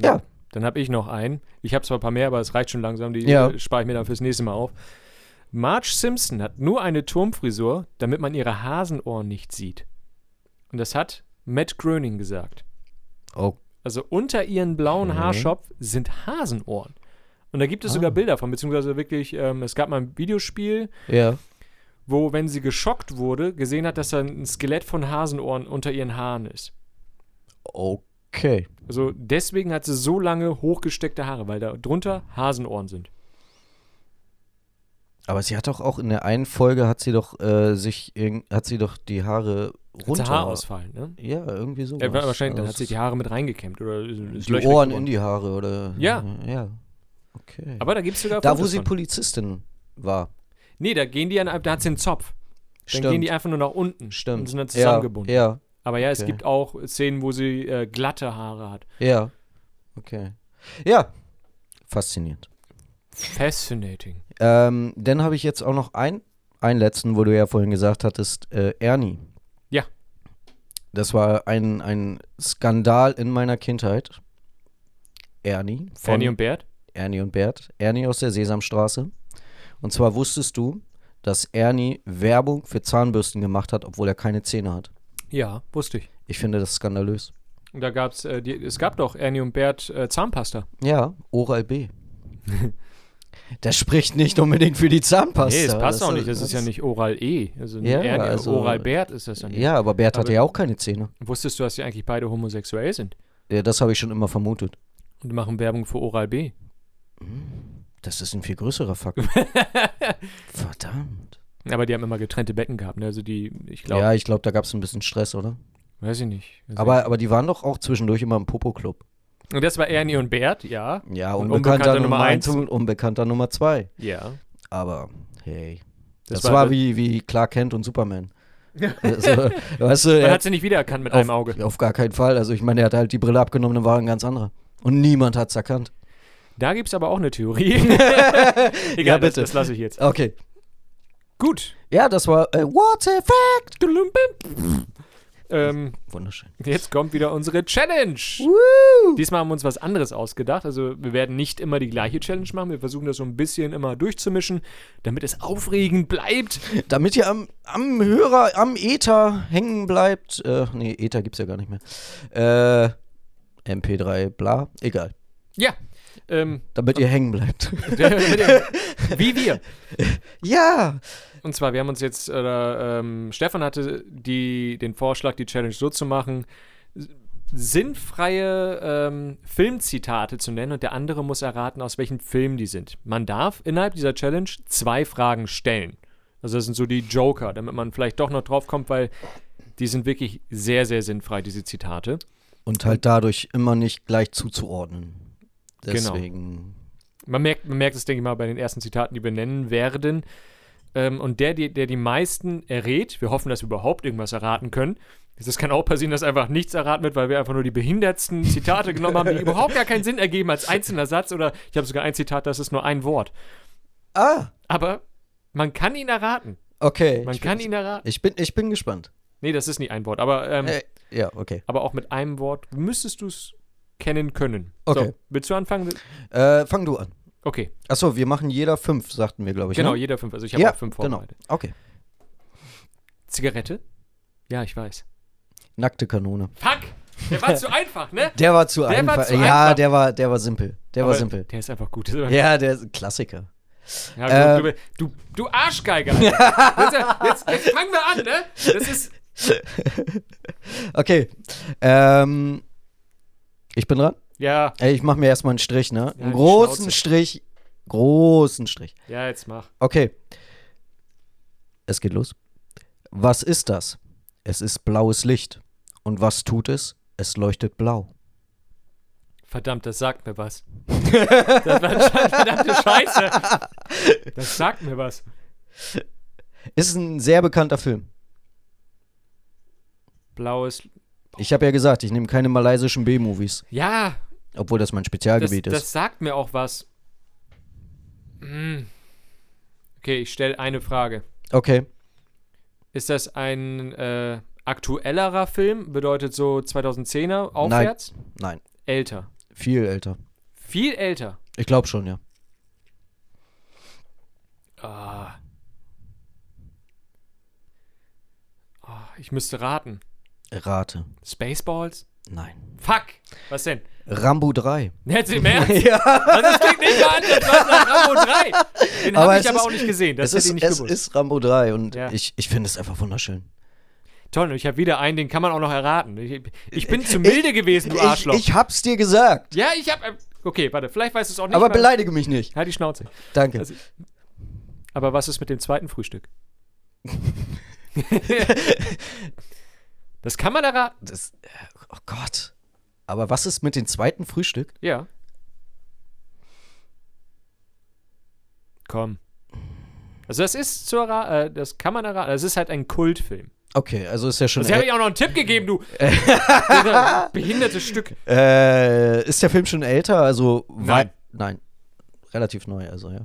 B: Ja.
A: Dann habe ich noch einen. Ich habe zwar ein paar mehr, aber es reicht schon langsam. Die
B: Ja.
A: äh, spare ich mir dann fürs nächste Mal auf. Marge Simpson hat nur eine Turmfrisur, damit man ihre Hasenohren nicht sieht. Und das hat Matt Groening gesagt.
B: Oh.
A: Also unter ihren blauen Haarschopf sind Hasenohren. Und da gibt es sogar Bilder von, beziehungsweise wirklich, ähm, es gab mal ein Videospiel,
B: Ja.
A: wo, wenn sie geschockt wurde, gesehen hat, dass da ein Skelett von Hasenohren unter ihren Haaren ist.
B: Okay.
A: Also deswegen hat sie so lange hochgesteckte Haare, weil da drunter Hasenohren sind.
B: Aber sie hat doch auch in der einen Folge hat sie doch äh, sich irgend- hat sie doch die Haare Oh, runter.
A: Runter. Haarausfall, ne?
B: Ja, irgendwie so.
A: Ja, wa- wahrscheinlich, dann hat sich die Haare mit reingekämmt oder ist- ist
B: die
A: löchrig
B: Ohren
A: geworden.
B: in die Haare oder.
A: Ja.
B: Ja. Okay.
A: Aber da gibt es sogar
B: da,
A: Fotos
B: wo sie
A: von.
B: Polizistin war.
A: Nee, da gehen die an, da hat sie einen Zopf. Dann
B: Stimmt.
A: gehen die einfach nur nach unten
B: stimmt.
A: und sind dann zusammengebunden.
B: Ja,
A: Aber ja, es
B: Okay.
A: gibt auch Szenen, wo sie äh, glatte Haare hat.
B: ja, ja. Okay. Ja. Faszinierend.
A: Fascinating.
B: Ähm, dann habe ich jetzt auch noch einen, einen letzten, wo du ja vorhin gesagt hattest, äh, Ernie.
A: Ja.
B: Das war ein, ein Skandal in meiner Kindheit. Ernie. von-
A: Fanny und Bert?
B: Ernie und Bert. Ernie aus der Sesamstraße. Und zwar wusstest du, dass Ernie Werbung für Zahnbürsten gemacht hat, obwohl er keine Zähne hat.
A: Ja, wusste ich.
B: Ich finde das skandalös.
A: Und da gab's, äh, die, es gab doch Ernie und Bert äh, Zahnpasta.
B: Ja,
A: [LAUGHS]
B: Oral B. das spricht nicht unbedingt für die Zahnpasta.
A: Nee, es passt
B: Das
A: auch nicht. Das ist ja nicht Oral E. Also
B: Ja,
A: Ernie,
B: also-
A: Oral Bert ist das dann.
B: Ja, aber Bert hatte
A: Aber-
B: ja auch keine Zähne.
A: Wusstest du, dass die eigentlich beide homosexuell sind
B: Ja, das habe ich schon immer vermutet.
A: und machen Werbung für Oral B?
B: Das ist ein viel
A: [LAUGHS]
B: größerer Fakt. Verdammt.
A: Aber die haben immer getrennte Betten gehabt, ne? Also die, ich glaube,
B: Ja, ich glaube, da gab es ein bisschen Stress, oder?
A: weiß ich nicht. Also
B: Aber, aber die waren doch auch zwischendurch immer im Popo-Club.
A: und das war Ernie und Bert, ja.
B: Ja,
A: Und
B: unbekannter,
A: Unbekannter
B: Nummer
A: Nummer
B: 1
A: eins.
B: und unbekannter Nummer 2.
A: Ja.
B: Aber hey. Das,
A: Das
B: war,
A: war-
B: wie, wie Clark Kent und
A: [LAUGHS]
B: Superman. also, weißt du,
A: Man
B: er
A: hat sie nicht wiedererkannt mit einem Auge.
B: auf gar keinen Fall. Also ich meine, er hat halt die Brille abgenommen und war ein ganz anderer. Und niemand hat's erkannt.
A: Da gibt es aber auch eine
B: [LAUGHS]
A: Theorie. [LAUGHS] Egal,
B: Ja,
A: das,
B: bitte.
A: das lasse ich jetzt.
B: Okay.
A: Gut.
B: Ja, das war äh, What a Fact.
A: Ähm,
B: Wunderschön.
A: jetzt kommt wieder unsere Challenge. Diesmal haben wir uns was anderes ausgedacht. Also wir werden nicht immer die gleiche Challenge machen. Wir versuchen das so ein bisschen immer durchzumischen, damit es aufregend bleibt.
B: Damit ihr am, am Hörer, am Ether hängen bleibt. Äh, nee, Ether gibt's ja gar nicht mehr. Äh, MP3, bla. Egal.
A: Ja. Ähm, [LAUGHS]
B: Damit ihr hängen bleibt.
A: wie wir.
B: ja.
A: Und zwar, wir haben uns jetzt, äh, ähm, Stefan hatte die, den Vorschlag, die Challenge so zu machen, s- sinnfreie ähm, Filmzitate zu nennen und der andere muss erraten, aus welchem Film die sind. Man darf innerhalb dieser Challenge zwei Fragen stellen. Also das sind so die Joker, damit man vielleicht doch noch drauf kommt, weil die sind wirklich sehr, sehr sinnfrei, diese Zitate.
B: Und halt dadurch immer nicht gleich zuzuordnen.
A: Genau.
B: Deswegen.
A: Man merkt, man merkt es, denke ich mal, bei den ersten Zitaten, die wir nennen werden. Ähm, und der, die, der die meisten errät, wir hoffen, dass wir überhaupt irgendwas erraten können. Es kann auch passieren, dass einfach nichts erraten wird, weil wir einfach nur die behindertsten
B: [LAUGHS]
A: Zitate genommen haben, die überhaupt gar keinen Sinn ergeben als einzelner Satz. Oder ich habe sogar ein Zitat, das ist nur ein Wort.
B: Ah,
A: Aber man kann ihn erraten.
B: okay.
A: Man
B: ich,
A: kann
B: bin,
A: ihn erraten.
B: ich, bin, ich bin gespannt.
A: Nee, das ist nicht ein Wort. Aber, ähm,
B: Äh, ja, okay.
A: aber auch mit einem Wort müsstest du es kennen können.
B: Okay.
A: So, willst du anfangen?
B: Äh, fang du an.
A: Okay,
B: Achso, wir machen jeder fünf, sagten wir, glaube ich.
A: genau,
B: ne?
A: jeder fünf. Also ich habe
B: ja,
A: auch fünf
B: genau.
A: vorbereitet.
B: Okay.
A: Zigarette? Ja, ich weiß.
B: Nackte Kanone.
A: Fuck! Der war
B: [LAUGHS]
A: zu einfach, ne?
B: Der war zu
A: Der war
B: einfach.
A: zu
B: ja,
A: einfach.
B: der war, der war simpel. Der war simpel.
A: Der ist einfach gut. Das ist-
B: Ja, der ist ein Klassiker.
A: Ja, du,
B: ähm.
A: du, du, du Arschgeiger. Alter. Jetzt, jetzt, jetzt fangen wir an, ne? Das ist.
B: Okay. Ähm, ich bin dran.
A: Ja,
B: Ey, Ich mache mir erstmal einen Strich, ne?
A: Ja,
B: einen
A: die
B: großen
A: Schnauze.
B: Strich. Großen Strich.
A: ja, jetzt mach.
B: Okay. Es geht los. Was ist das? Es ist blaues Licht. Und was tut es? Es leuchtet blau.
A: Verdammt, das sagt mir was. Das war schon verdammte Scheiße. Das sagt mir was.
B: Ist ein sehr bekannter Film.
A: Blaues.
B: Ich habe ja gesagt, ich nehme keine malaysischen B-Movies,
A: Ja,
B: obwohl das mein
A: das,
B: Spezialgebiet ist.
A: das sagt mir auch was. Hm. Okay, ich stelle eine Frage.
B: Okay.
A: Ist das ein äh, aktuellerer Film? Bedeutet so 2010er aufwärts?
B: Nein,
A: Älter.
B: viel älter.
A: Viel älter.
B: Ich glaube schon, ja.
A: Ah. Ah, ich müsste raten.
B: Rate.
A: Spaceballs?
B: Nein.
A: Fuck! Was denn? [LAUGHS]
B: Rambo 3.
A: Jetzt im Ernst? Also, das klingt nicht mal an, das war nach Rambo 3. Den
B: Aber
A: habe ich
B: es
A: aber
B: ist-
A: auch nicht gesehen. Das
B: Es
A: hätte
B: ist,
A: ich nicht
B: es
A: gewusst.
B: ist Rambo 3 und
A: Ja.
B: ich, ich finde es einfach wunderschön.
A: Toll, und ich habe wieder einen, den kann man auch noch erraten. Ich, ich bin zu milde gewesen, du Arschloch.
B: Ich, ich hab's dir gesagt.
A: ja, ich habe. Okay, warte, vielleicht weißt du es auch nicht.
B: aber
A: weil-
B: beleidige mich nicht.
A: Halt die Schnauze.
B: Danke.
A: Also- Aber was ist mit dem zweiten
B: [LAUGHS]
A: Frühstück? das kann man erraten.
B: das, äh, oh Gott. Aber was ist mit dem zweiten Frühstück?
A: Ja. Komm. Also das ist zu erra- äh, das kann man erraten. Das ist halt ein Kultfilm.
B: Okay, also ist ja schon.
A: Das habe
B: äl-
A: ich auch noch einen Tipp gegeben, [LAUGHS] du. Dieser Behindertes Stück.
B: Äh, ist der Film schon älter? Also
A: Nein.
B: wei- Nein. Relativ neu, also ja.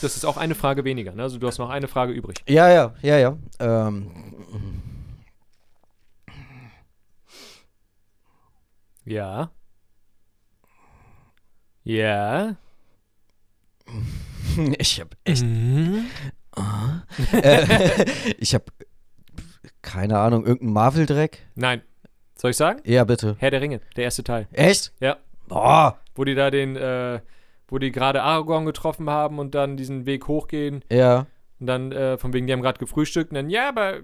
A: Das ist auch eine Frage weniger. Ne? Also du hast noch eine Frage übrig.
B: Ja, ja, ja, ja. Ähm, [LAUGHS]
A: Ja. Ja.
B: ich hab echt. äh,
A: Mhm.
B: [LAUGHS] Ich hab. Keine Ahnung, irgendein Marvel-Dreck?
A: Nein. Soll ich sagen?
B: Ja, bitte.
A: Herr der Ringe, der erste Teil.
B: Echt? Oh,
A: Ja.
B: Boah.
A: Wo die da den, äh, wo die gerade Aragorn getroffen haben und dann diesen Weg hochgehen
B: Ja.
A: und dann äh, von wegen, die haben gerade gefrühstückt und dann, ja, aber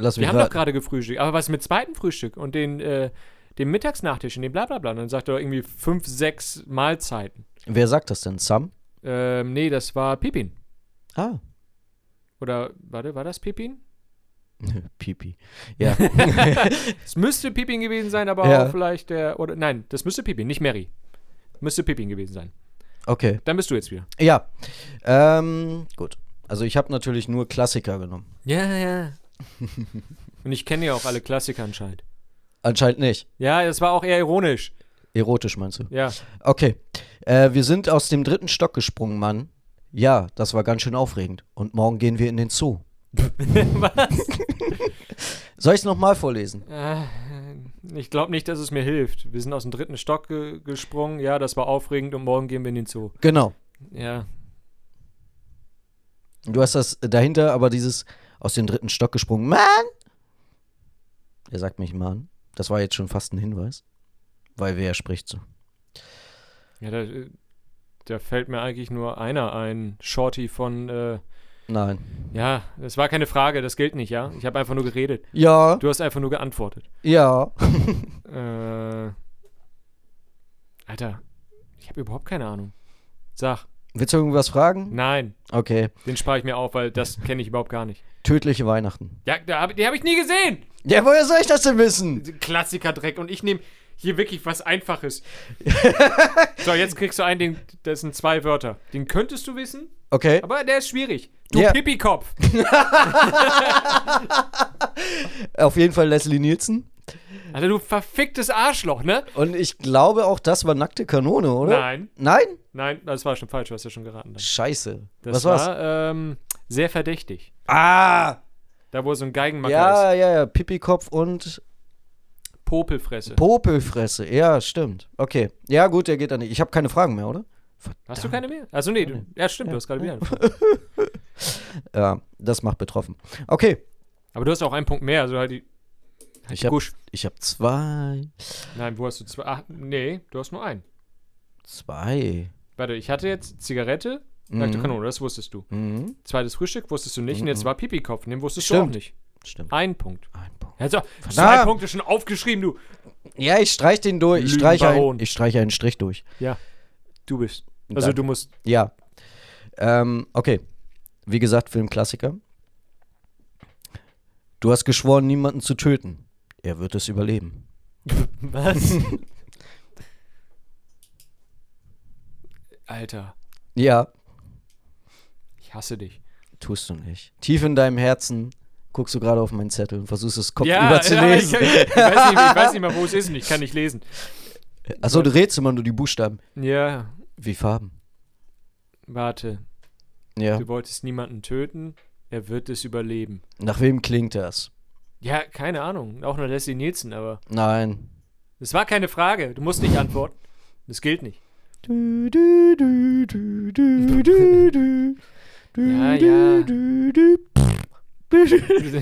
B: Lass mich
A: Wir haben doch
B: raten.
A: gerade gefrühstückt. Aber was mit zweiten Frühstück und den, äh, dem Mittagsnachtisch und dem Blablabla? Und dann sagt er doch irgendwie fünf, sechs Mahlzeiten.
B: Wer sagt das denn? Sam?
A: Ähm, nee, das war Pippin.
B: Ah.
A: Oder, warte, war das Pippin?
B: Pipi.
A: [LAUGHS]
B: Ja.
A: Es müsste Pippin gewesen sein, aber
B: Ja.
A: auch vielleicht der, oder, nein, das müsste Pippin, nicht Mary. Müsste Pippin gewesen sein.
B: Okay.
A: Dann bist du jetzt wieder.
B: Ja. Ähm, gut. Also ich habe natürlich nur Klassiker genommen.
A: Ja, ja. Und ich kenne ja auch alle Klassiker anscheinend.
B: Anscheinend nicht.
A: Ja, das war auch eher ironisch.
B: Erotisch meinst du?
A: Ja.
B: Okay. Äh, wir sind aus dem dritten Stock gesprungen, Mann. Ja, das war ganz schön aufregend. Und morgen gehen wir in den Zoo.
A: Was?
B: Soll ich es nochmal vorlesen?
A: Äh, Ich glaube nicht, dass es mir hilft. Wir sind aus dem dritten Stock ge gesprungen. Ja, das war aufregend und morgen gehen wir in den Zoo.
B: Genau.
A: Ja.
B: Du hast das dahinter, aber dieses aus dem dritten Stock gesprungen. Mann! Er sagt mich Mann. Das war jetzt schon fast ein Hinweis. Weil wer spricht so?
A: Ja, da, äh, da fällt mir eigentlich nur einer ein. Shorty von, äh,
B: Nein.
A: ja, das war keine Frage, das gilt nicht, ja? Ich habe einfach nur geredet.
B: Ja,
A: Du hast einfach nur geantwortet.
B: ja.
A: Äh, Alter, ich habe überhaupt keine Ahnung. Sag,
B: Willst du irgendwas fragen?
A: nein,
B: Okay.
A: den spare ich mir auf, weil das kenne ich überhaupt gar nicht.
B: Tödliche Weihnachten.
A: Ja, da hab, die habe ich nie gesehen.
B: Ja, woher soll ich das denn wissen?
A: Klassiker-Dreck und ich nehme hier wirklich was
B: [LAUGHS]
A: Einfaches. so, jetzt kriegst du einen, den, das sind zwei Wörter. Den könntest du wissen,
B: Okay.
A: aber der ist schwierig. Du
B: Ja.
A: Pippikopf.
B: Auf jeden Fall Leslie Nielsen.
A: Alter, du verficktes Arschloch, ne?
B: Und ich glaube auch, das war nackte Kanone, oder?
A: Nein.
B: Nein?
A: Nein, das war schon falsch, du hast ja schon geraten. Das
B: Scheiße. Was war's?
A: war ähm, sehr verdächtig.
B: Ah!
A: Da, wo so ein Geigenmacker ist.
B: Ja, ja, ja. Pippikopf und
A: Popelfresse.
B: Popelfresse. Ja, stimmt. Okay. Ja, gut, der geht dann nicht. Ich habe keine Fragen mehr, oder?
A: hast du keine mehr? Also nee, du, ja stimmt, du hast gerade wieder
B: [LAUGHS]
A: einen.
B: Ja, das macht betroffen. Okay.
A: Aber du hast auch einen Punkt mehr, also halt die...
B: Ich habe
A: Gusch.
B: ich hab zwei.
A: Nein, wo hast du zwei? Ach, nee, du hast nur einen.
B: Zwei.
A: Warte, ich hatte jetzt Zigarette, nackte Kanone, das wusstest du.
B: Mhm.
A: Zweites Frühstück wusstest du nicht und jetzt war Pipikopf, den wusstest du auch
B: Stimmt.
A: nicht.
B: Stimmt.
A: Ein Punkt.
B: Ein Punkt.
A: Also, zwei
B: Verdammt.
A: Punkte schon aufgeschrieben, du.
B: Ja, ich streich den durch. Ich streiche
A: Lügenbaron.
B: einen, ich streich einen Strich durch.
A: Ja, du bist. Also
B: Danke.
A: du musst...
B: Ja. Ähm, okay. Wie gesagt, Filmklassiker. Du hast geschworen, niemanden zu töten. Er wird es überleben.
A: Was? Alter,
B: Ja,
A: ich hasse dich.
B: tust du nicht. Tief in deinem Herzen guckst du gerade auf meinen Zettel und versuchst es kopfüber
A: [LAUGHS]
B: zu
A: ich,
B: lesen.
A: ich, weiß nicht, ich weiß nicht mal, wo es ist und ich kann nicht lesen.
B: Achso, du rätst immer nur die Buchstaben.
A: Ja,
B: Wie Farben.
A: warte.
B: Ja.
A: Du wolltest niemanden töten, er wird es überleben.
B: Nach wem klingt das?
A: Ja, keine Ahnung. Auch nur Leslie Nielsen, aber.
B: Nein.
A: Es war keine Frage. Du musst nicht antworten. Das gilt nicht.
B: Du, du, du, du, du, du, du. Du,
A: Ja,
B: du,
A: ja.
B: du, du.
A: [LAUGHS]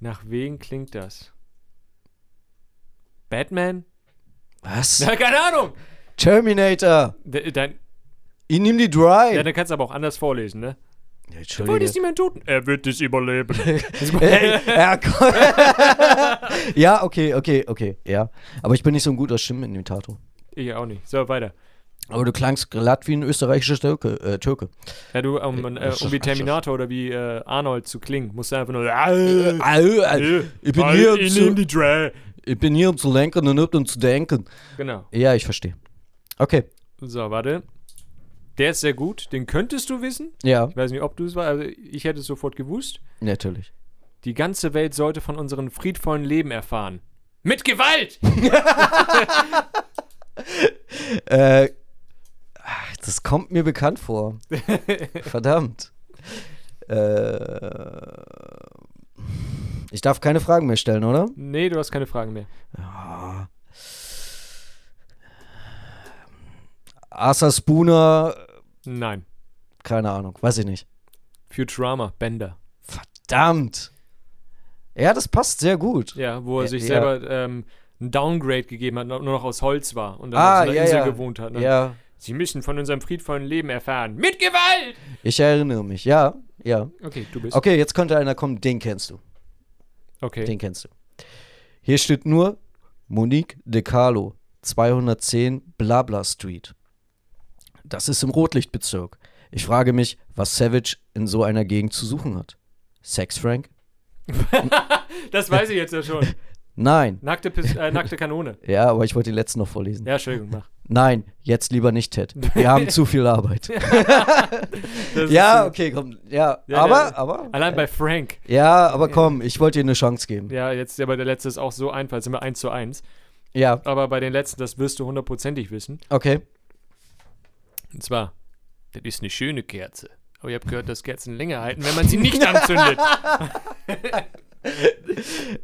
A: Nach wem klingt das? Batman? [LAUGHS]
B: Was?
A: Na, keine Ahnung!
B: Terminator.
A: De, dein,
B: Ich nimm die Dry.
A: ja, dann kannst du aber auch anders vorlesen, ne?
B: Ja,
A: Du
B: Entschuldige.
A: wolltest niemanden töten. Er wird es überleben. [LAUGHS]
B: Ey, ja, komm. [LAUGHS] ja, okay, okay, okay, ja. Aber ich bin nicht so ein guter Stimmenimitator.
A: ich auch nicht. So, weiter.
B: Aber du klangst glatt wie ein österreichischer Türke. Äh, Türke.
A: Ja, du, um, äh, um wie Terminator oder wie äh, Arnold zu klingen, musst du einfach nur. [LAUGHS] Äh, Halt,
B: Au, au. ich, bin hier um
A: ich
B: zu,
A: nehme die Dreh.
B: ich bin hier, um zu lenken und nicht um zu denken.
A: Genau.
B: Ja, ich verstehe. Okay,
A: So, warte. Der ist sehr gut. Den könntest du wissen.
B: ja,
A: Ich weiß nicht, ob du es war. Also ich hätte es sofort gewusst.
B: natürlich.
A: Die ganze Welt sollte von unserem friedvollen Leben erfahren. Mit [LAUGHS] Gewalt!
B: Äh, ach, das kommt mir
A: [LAUGHS]
B: bekannt vor. Verdammt. Äh, ich darf keine Fragen mehr stellen, oder?
A: Nee, du hast keine Fragen mehr.
B: Asa Spooner,
A: Nein.
B: keine Ahnung, weiß ich nicht.
A: Futurama, Bender.
B: Verdammt. Ja, das passt sehr gut.
A: Ja, wo er
B: Ja,
A: sich
B: ja.
A: selber ähm, ein Downgrade gegeben hat, nur noch aus Holz war und dann auf
B: Ah,
A: so einer
B: ja,
A: Insel
B: ja.
A: gewohnt hat. Ne?
B: Ja,
A: Sie müssen von unserem friedvollen Leben erfahren. Mit Gewalt!
B: ich erinnere mich. Ja, ja.
A: Okay, du bist. Okay.
B: Okay, jetzt könnte einer kommen, den kennst du. Den kennst du. Hier steht nur Monique De Carlo, 210 Blabla Street. Das ist im Rotlichtbezirk. Ich frage mich, was Savage in so einer Gegend zu suchen hat. Sex Frank?
A: Das weiß ich jetzt ja schon.
B: Nein.
A: Nackte, Pis äh, nackte Kanone.
B: Ja, aber ich wollte den letzten noch vorlesen.
A: Ja, Entschuldigung, mach.
B: Nein, jetzt lieber nicht, Ted.
A: [LAUGHS]
B: Wir haben zu viel Arbeit.
A: Das
B: Ja,
A: ist,
B: okay, komm. Ja,
A: Ja,
B: aber,
A: ja.
B: aber.
A: Allein bei Frank.
B: Ja, aber komm, ich wollte dir eine Chance geben.
A: Ja, jetzt aber der letzte ist auch so einfach. Jetzt sind wir 1 zu 1.
B: Ja,
A: Aber bei den letzten, das wirst du hundertprozentig wissen.
B: okay.
A: Und zwar, das ist eine schöne Kerze. Aber ich habe gehört, dass Kerzen länger halten, wenn man sie nicht
B: [LAUGHS]
A: anzündet.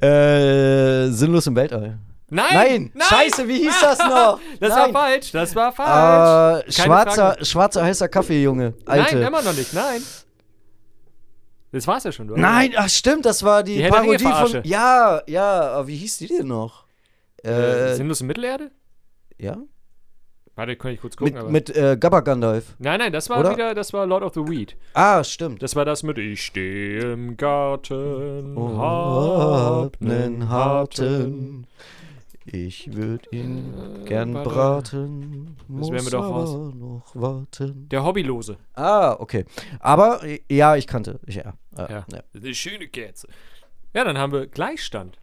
B: Äh, sinnlos im Weltall.
A: Nein!
B: Nein! Scheiße,
A: [LAUGHS]
B: wie hieß das noch?
A: Das
B: Nein.
A: war falsch! Das war falsch! Keine
B: Äh, schwarzer,
A: Frage.
B: schwarzer heißer Kaffee, Junge. Alte.
A: Nein, immer noch nicht, nein! Das war's ja schon, oder?
B: Nein, ach stimmt, das war die,
A: Die Herr der
B: Parodie
A: Ringe-Verarsche.
B: von. Ja, ja, aber wie hieß die denn noch?
A: Äh,
B: Äh,
A: sinnlose Mittelerde?
B: ja?
A: Warte, kann ich kurz gucken,
B: Mit,
A: aber.
B: mit äh, Gabba Gandalf.
A: nein, nein, das war
B: Oder?
A: wieder, das war Lord of the Weed.
B: Ah, stimmt.
A: Das war das mit Ich stehe im Garten,
B: Hab
A: hab
B: nen
A: nen Oh. harten. Äh,
B: Oh, harten. Ich würd ihn gern
A: warte.
B: braten. Muss
A: wäre mir doch
B: aber
A: raus.
B: noch warten.
A: Der Hobbylose.
B: Ah, okay. Aber äh, ja, ich kannte. Ich, ja, äh,
A: Ja.
B: ja. ja.
A: Eine schöne Kerze. Ja, dann haben wir Gleichstand.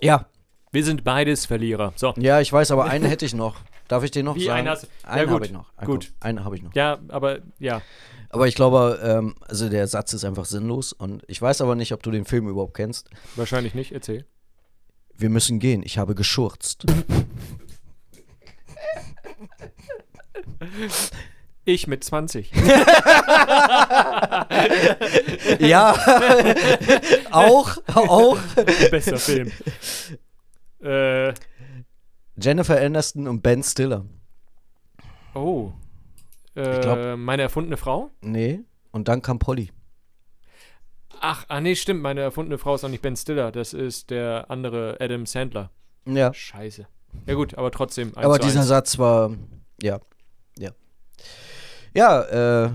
B: ja,
A: Wir sind beides Verlierer. So.
B: ich weiß, aber einen hätte ich noch. Darf ich den noch
A: Wie,
B: sagen?
A: einen hast du- Ja,
B: Einen
A: gut.
B: habe ich noch. Einen
A: Gut.
B: komm, Einen habe ich noch.
A: Ja, aber ja.
B: Aber ich glaube, ähm, also der Satz ist einfach sinnlos und ich weiß aber nicht, ob du den Film überhaupt kennst.
A: Wahrscheinlich nicht, erzähl.
B: Wir müssen gehen, ich habe geschurzt.
A: [LAUGHS] Ich mit 20.
B: ja, [LAUGHS] auch, auch.
A: Bester
B: [LAUGHS]
A: Film. Äh,
B: Jennifer Aniston und Ben Stiller.
A: oh. Äh,
B: glaub-
A: meine erfundene Frau?
B: Nee, und dann kam Polly.
A: Ach, ah nee, stimmt. Meine erfundene Frau ist auch nicht Ben Stiller. Das ist der andere Adam Sandler.
B: Ja,
A: Scheiße. Ja gut, aber trotzdem. eins
B: aber
A: zu
B: dieser
A: eins.
B: Satz war, ja, ja. Ja, äh,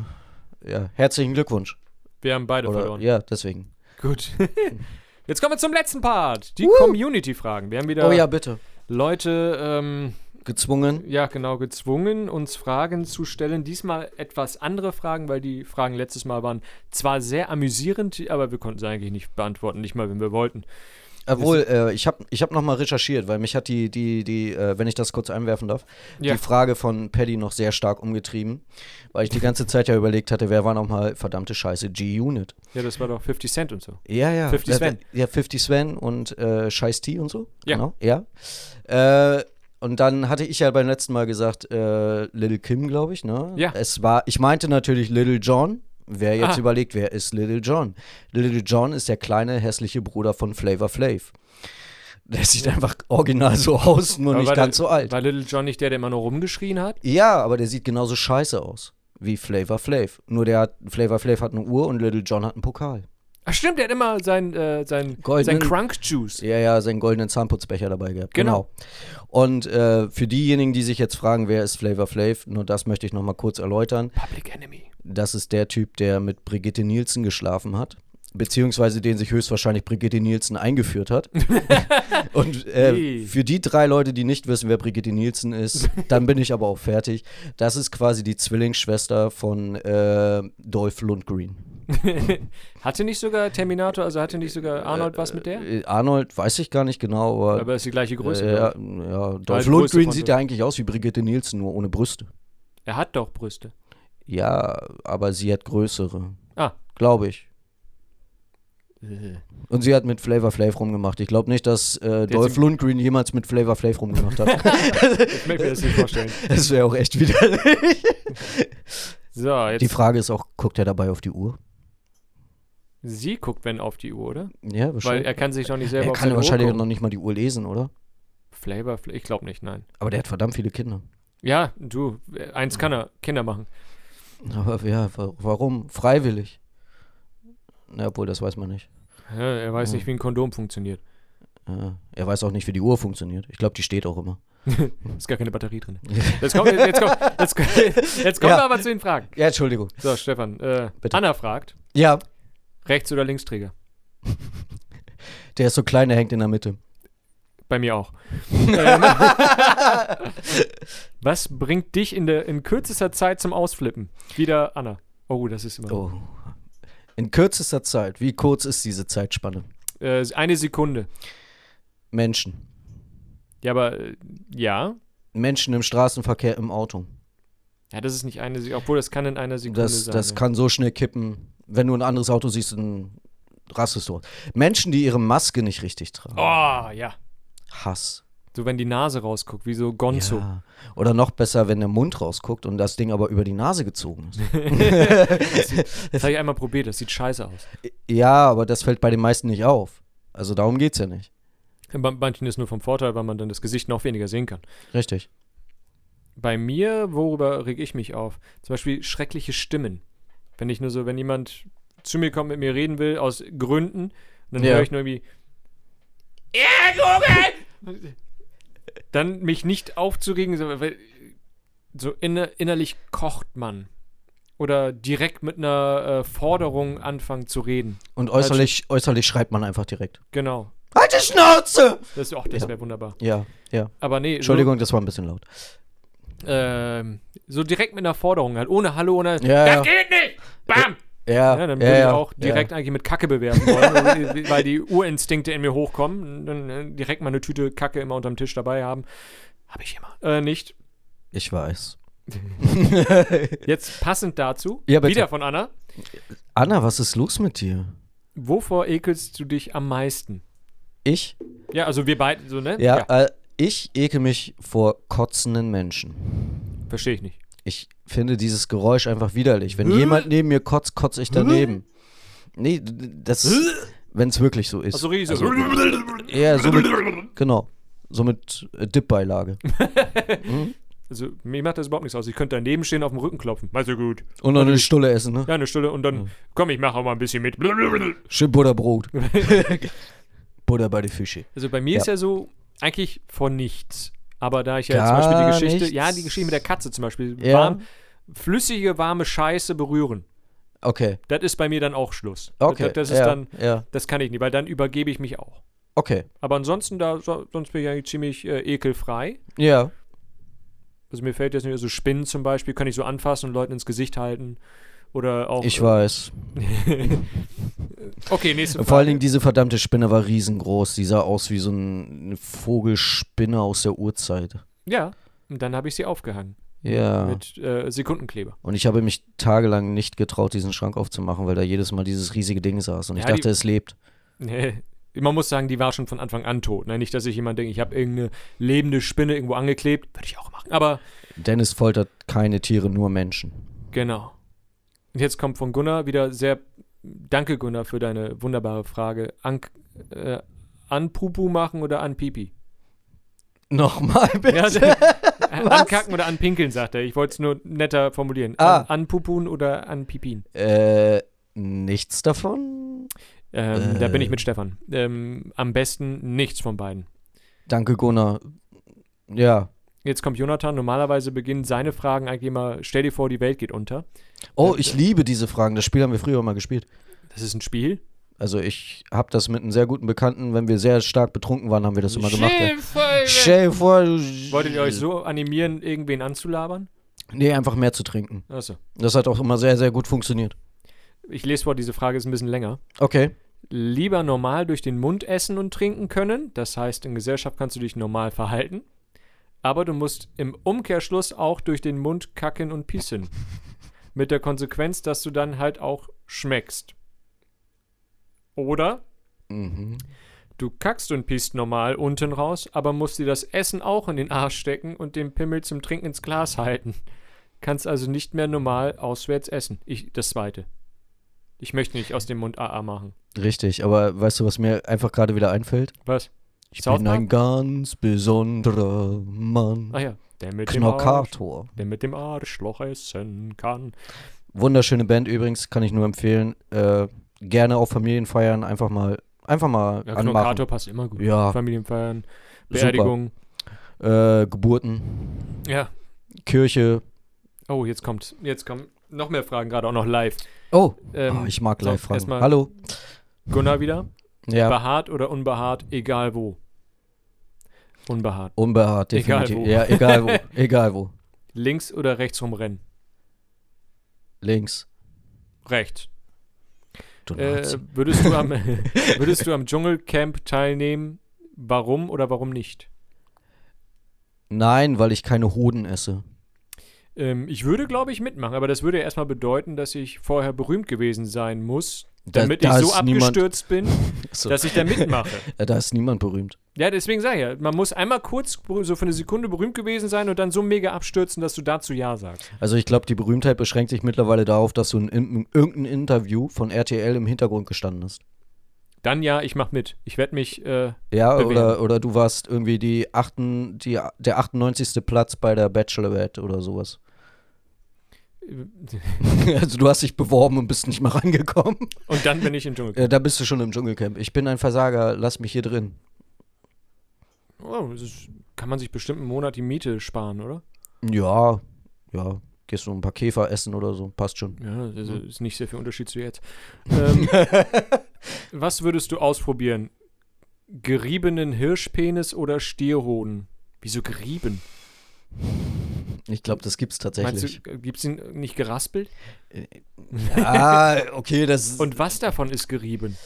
B: ja, herzlichen Glückwunsch.
A: Wir haben beide
B: Oder,
A: verloren.
B: ja, deswegen.
A: Gut. [LAUGHS] Jetzt kommen wir zum letzten Part. Die Community-Fragen. Wir haben wieder
B: Oh ja, bitte.
A: Leute, ähm,
B: Gezwungen.
A: ja genau, gezwungen, uns Fragen zu stellen. Diesmal etwas andere Fragen, weil die Fragen letztes Mal waren zwar sehr amüsierend, aber wir konnten sie eigentlich nicht beantworten, nicht mal, wenn wir wollten.
B: Obwohl, äh, ich habe ich hab nochmal recherchiert, weil mich hat die, die, die äh, wenn ich das kurz einwerfen darf,
A: Ja.
B: die Frage von Paddy noch sehr stark umgetrieben, weil ich die ganze Zeit ja überlegt hatte, wer war nochmal verdammte Scheiße G-Unit.
A: Ja, das war doch 50 Cent und so.
B: Ja, ja.
A: 50
B: Äh,
A: Sven.
B: Ja, 50 Sven und äh, Scheiß T und so.
A: Ja.
B: Genau, ja. Äh, und dann hatte ich ja beim letzten Mal gesagt, äh, Little Kim, glaube ich, ne?
A: Ja.
B: Es war, ich meinte natürlich Little John. Wer jetzt
A: Ah.
B: überlegt, wer ist Little John? Little John ist der kleine, hässliche Bruder von Flavor Flav. Der sieht einfach original so aus, nur
A: Aber
B: nicht
A: war
B: ganz
A: der-
B: so alt.
A: War Little John nicht der, der immer nur rumgeschrien hat?
B: Ja, aber der sieht genauso scheiße aus wie Flavor Flav. Nur der hat, Flavor Flav hat eine Uhr und Little John hat einen Pokal.
A: Ach stimmt, der hat immer sein, äh, sein, sein
B: Goldenen-
A: Crunk Juice.
B: Ja, ja, seinen goldenen Zahnputzbecher dabei gehabt.
A: Genau.
B: Genau. Und äh, für diejenigen, die sich jetzt fragen, wer ist Flavor Flav, nur das möchte ich nochmal kurz erläutern.
A: Public Enemy. [LAUGHS]
B: Das ist der Typ, der mit Brigitte Nielsen geschlafen hat. Beziehungsweise den sich höchstwahrscheinlich Brigitte Nielsen eingeführt hat. Und äh,
A: Ih.
B: für die drei Leute, die nicht wissen, wer Brigitte Nielsen ist, dann bin ich aber auch fertig. Das ist quasi die Zwillingsschwester von äh, Dolph Lundgren.
A: hatte nicht sogar Terminator, also hatte nicht sogar Arnold was mit der?
B: Äh, Arnold weiß ich gar nicht genau, aber
A: Aber ist die gleiche Größe.
B: Äh,
A: glaub
B: ja,
A: ich.
B: ja, Dolph
A: Größe
B: Lundgren
A: von
B: sieht
A: so-
B: ja eigentlich aus wie Brigitte Nielsen, nur ohne Brüste.
A: Er hat doch Brüste.
B: Ja, aber sie hat größere,
A: Ah.
B: glaube ich.
A: Äh.
B: Und sie hat mit Flavor Flav rumgemacht. Ich glaube nicht, dass äh, Dolph
A: sie-
B: Lundgren jemals mit Flavor Flav
A: [LAUGHS]
B: rumgemacht hat.
A: Ich möchte mir das nicht vorstellen.
B: das wäre auch echt wieder.
A: So,
B: Die
A: jetzt.
B: Frage ist auch, guckt er dabei auf die Uhr?
A: Sie guckt, wenn auf die Uhr, oder?
B: Ja,
A: Weil
B: wahrscheinlich.
A: er kann sich noch nicht
B: Er,
A: selber auf
B: kann
A: seine Uhr
B: wahrscheinlich
A: gucken.
B: noch nicht mal die Uhr lesen, oder?
A: Flavor, Flav- ich glaube nicht, nein.
B: Aber der hat verdammt viele Kinder.
A: Ja, du, eins kann er, Kinder machen. Mhm.
B: Aber ja, wa- warum? Freiwillig. Na, obwohl, das weiß man nicht.
A: Ja, Er weiß
B: Hm.
A: nicht, wie ein Kondom funktioniert.
B: Ja. Äh, Er weiß auch nicht, wie die Uhr funktioniert. Ich glaube, die steht auch immer.
A: Ist gar keine Batterie drin. Jetzt kommt, jetzt kommt, jetzt
B: [LAUGHS]
A: kommt, jetzt kommen
B: Ja.
A: wir aber zu den Fragen.
B: [LAUGHS] Ja, Entschuldigung.
A: So, Stefan, äh,
B: Bitte.
A: Anna fragt,
B: Ja,
A: Rechts- oder Linksträger?
B: Der ist so klein, der hängt in der Mitte.
A: Bei mir
B: [LAUGHS]
A: auch. ähm, was bringt dich in, der, in kürzester Zeit zum Ausflippen? Wieder Anna. Oh, das ist immer.
B: Oh. In kürzester Zeit, wie kurz ist diese Zeitspanne?
A: Äh, eine Sekunde.
B: Menschen.
A: Ja, aber äh, ja.
B: Menschen im Straßenverkehr, im Auto.
A: Ja, das ist nicht eine Sekunde, obwohl das kann in einer Sekunde
B: Das,
A: sein.
B: das
A: ja.
B: kann so schnell kippen. Wenn du ein anderes Auto siehst, dann Oh. rastest du. aus. Menschen, die ihre Maske nicht richtig tragen.
A: Oh, Ah, ja.
B: Hass.
A: So, wenn die Nase rausguckt, wie so Gonzo.
B: Ja. Oder noch besser, wenn der Mund rausguckt und das Ding aber über die Nase gezogen [LAUGHS] ist.
A: Das habe ich einmal probiert, das sieht scheiße aus.
B: ja, aber das fällt bei den meisten nicht auf. Also darum geht's ja nicht.
A: Bei manchen ist nur vom Vorteil, weil man dann das Gesicht noch weniger sehen kann.
B: Richtig.
A: Bei mir, worüber reg ich mich auf? Zum Beispiel schreckliche Stimmen. Wenn ich nur so, wenn jemand zu mir kommt, mit mir reden will, aus Gründen, dann
B: Ja.
A: höre ich nur irgendwie, ja, Google! dann mich nicht aufzuregen, sondern weil so inner, innerlich kocht man. Oder direkt mit einer äh, Forderung anfangen zu reden.
B: Und äußerlich, äußerlich schreibt man einfach direkt.
A: Genau.
B: Halt die Schnauze!
A: Das, ach, das
B: Ja.
A: wäre wunderbar.
B: Ja, ja.
A: Aber nee, so,
B: Entschuldigung, das war ein bisschen laut.
A: ähm, so direkt mit einer Forderung halt, ohne Hallo, ohne
B: Ja, Äh,
A: Das
B: ja.
A: geht nicht! Bam!
B: Ja,
A: Ja, dann
B: ja,
A: würde
B: ja,
A: ich auch direkt eigentlich mit Kacke bewerben wollen, [LAUGHS] weil die Urinstinkte in mir hochkommen. Dann äh, direkt mal eine Tüte Kacke immer unterm Tisch dabei haben. Habe ich immer. Äh, nicht.
B: Ja. Ich weiß.
A: Jetzt passend dazu,
B: Ja, bitte.
A: wieder von Anna.
B: Anna, was ist los mit dir?
A: Wovor ekelst du dich am meisten?
B: Ich?
A: Ja, also wir beide, so, ne?
B: Ja, Äh, ich ekel mich vor kotzenden Menschen.
A: Verstehe ich nicht.
B: Ich finde dieses Geräusch einfach widerlich.
A: Äh?
B: Wenn jemand neben mir kotzt, kotze ich daneben. Nee, d- d- das wenn es wirklich so ist.
A: Also richtig Äh? so.
B: ja, so mit, genau. So mit
A: [LAUGHS]
B: äh, Dip-Beilage.
A: Also mir macht das überhaupt nichts aus. Ich könnte daneben stehen, auf dem Rücken klopfen. Weißt du gut.
B: Und noch eine Stulle essen, ne?
A: Ja, eine Stille und dann, komm, ich mache auch mal ein bisschen mit.
B: Schön Butterbrot.
A: [LAUGHS]
B: Butter bei den Fische.
A: Also bei mir
B: Ja.
A: ist ja so, eigentlich vor nichts. Aber da ich ja zum Beispiel
B: Gar
A: die Geschichte,
B: nichts.
A: ja, die Geschichte mit der Katze zum Beispiel,
B: Ja.
A: warm, flüssige, warme Scheiße berühren.
B: Okay,
A: Das ist bei mir dann auch Schluss.
B: okay.
A: Das, das
B: ja,
A: ist dann,
B: ja,
A: das kann ich nicht, weil dann übergebe ich mich auch.
B: okay.
A: Aber ansonsten, da, so- sonst bin ich eigentlich ziemlich äh, ekelfrei.
B: Ja,
A: Also mir fällt jetzt nicht, so Spinnen zum Beispiel, kann ich so anfassen und Leuten ins Gesicht halten. Oder auch.
B: ich
A: äh,
B: weiß.
A: Okay, nächste Frage.
B: Vor allen Dingen, diese verdammte Spinne war riesengroß. Die sah aus wie so ein, eine Vogelspinne aus der Urzeit.
A: Ja. Und dann habe ich sie aufgehangen.
B: Ja.
A: Mit äh, Sekundenkleber.
B: Und ich habe mich tagelang nicht getraut, diesen Schrank aufzumachen, weil da jedes Mal dieses riesige Ding saß. Und ich
A: Ja, die-
B: dachte, es lebt.
A: Nee. Man muss sagen, die war schon von Anfang an tot. Ne? Nicht, dass ich jemand denke, ich habe irgendeine lebende Spinne irgendwo angeklebt. Würde ich auch machen. Aber
B: Dennis foltert keine Tiere, nur Menschen. [LAUGHS]
A: genau. Und jetzt kommt von Gunnar wieder sehr. Danke, Gunnar, für deine wunderbare Frage. An, äh, an Pupu machen oder an [LAUGHS] Pipi?
B: Nochmal bitte.
A: Ja, äh, [LAUGHS] ankacken oder an Pinkeln, sagt er. Ich wollte es nur netter formulieren.
B: Ah.
A: An, an Pupun oder an Pipin?
B: Äh, nichts davon.
A: Ähm,
B: Äh.
A: Da bin ich mit Stefan. Ähm, am besten nichts von beiden.
B: Danke, Gunnar. Ja.
A: Jetzt kommt Jonathan. Normalerweise beginnen seine Fragen eigentlich immer: Stell dir vor, die Welt geht unter. Äh,
B: Oh, ich liebe diese Fragen. Das Spiel haben wir früher mal gespielt.
A: Das ist ein Spiel.
B: Also ich habe das mit einem sehr guten Bekannten, wenn wir sehr stark betrunken waren, haben wir das immer gemacht. ja.
A: Schäfer.
B: Stell dir vor, du
A: Wolltet ihr euch so animieren, irgendwen anzulabern?
B: Nee, einfach mehr zu trinken.
A: Achso.
B: Das hat auch immer sehr, sehr gut funktioniert.
A: Ich lese vor, diese Frage ist ein bisschen länger.
B: Okay.
A: Lieber normal durch den Mund essen und trinken können, das heißt, in Gesellschaft kannst du dich normal verhalten, aber du musst im Umkehrschluss auch durch den Mund kacken und pissen. Mit der Konsequenz, dass du dann halt auch schmeckst. Oder
B: Mhm.
A: du kackst und pisst normal unten raus, aber musst dir das Essen auch in den Arsch stecken und den Pimmel zum Trinken ins Glas halten. Kannst also nicht mehr normal auswärts essen. Ich, das zweite. Ich möchte nicht aus dem Mund AA machen.
B: Richtig, aber weißt du, was mir einfach gerade wieder einfällt?
A: Was?
B: Ich
A: South
B: bin ein ganz besonderer Mann.
A: Ah ja, der mit dem Arsch,
B: Knockator.
A: der mit dem Arschloch essen kann.
B: Wunderschöne Band übrigens, kann ich nur empfehlen. Äh, gerne auf Familienfeiern einfach mal, einfach mal
A: Ja,
B: anmachen.
A: Knockator passt immer gut.
B: Ja.
A: Familienfeiern,
B: Super.
A: Beerdigung.
B: Äh, Geburten,
A: Ja.
B: Kirche.
A: Oh, jetzt kommt, jetzt kommen noch mehr Fragen gerade auch noch live.
B: Oh,
A: Ähm,
B: oh ich mag
A: so,
B: Live-Fragen.
A: erstmal-
B: Hallo.
A: Gunnar wieder.
B: Ja,
A: Behaart oder unbehaart, egal wo. Unbehaart.
B: unbehaart,
A: Egal
B: definitiv.
A: wo.
B: ja,
A: [LAUGHS]
B: egal wo. egal wo.
A: Links oder rechts rumrennen?
B: Links.
A: Rechts.
B: Du
A: Äh,
B: Nazi.
A: würdest,
B: [LAUGHS]
A: du am, [LAUGHS] würdest du am Dschungelcamp teilnehmen? Warum oder warum nicht?
B: Nein, weil ich keine Hoden esse.
A: Ähm, ich würde, glaube ich, mitmachen, aber das würde ja erstmal bedeuten, dass ich vorher berühmt gewesen sein muss,
B: Da-
A: damit
B: da
A: ich so
B: ist niemand-
A: abgestürzt bin,
B: [LAUGHS] So,
A: dass ich da mitmache.
B: äh, da ist niemand berühmt.
A: Ja, deswegen sage ich ja, man muss einmal kurz berüh- so für eine Sekunde berühmt gewesen sein und dann so mega abstürzen, dass du dazu Ja sagst.
B: Also ich glaube, die Berühmtheit beschränkt sich mittlerweile darauf, dass du in in- irgendein Interview von RTL im Hintergrund gestanden hast.
A: Dann ja, ich mach mit. Ich werde mich, äh, [LAUGHS]
B: Ja,
A: Bewerben.
B: oder, oder du warst irgendwie die achten, die, der 98. Platz bei der Bachelorette oder sowas. [LAUGHS] Also du hast dich beworben und bist nicht mal [LAUGHS] rangekommen.
A: und dann bin ich im Dschungel.
B: Äh, da bist du schon im Dschungelcamp. Ich bin ein Versager, lass mich hier drin.
A: Oh, das ist, kann man sich bestimmt einen Monat die Miete sparen, oder?
B: Ja, ja. Gehst du ein paar Käfer essen oder so, passt schon.
A: Ja, das
B: Mhm.
A: ist- ist nicht sehr viel Unterschied zu jetzt.
B: [LAUGHS]
A: Ähm, was würdest du ausprobieren? Geriebenen Hirschpenis oder Stierhoden? Wieso gerieben?
B: Ich glaube, das gibt's tatsächlich.
A: Meinst du, gibt es ihn äh, nicht geraspelt?
B: [LAUGHS] Ah, okay, das ist
A: Und was davon ist gerieben?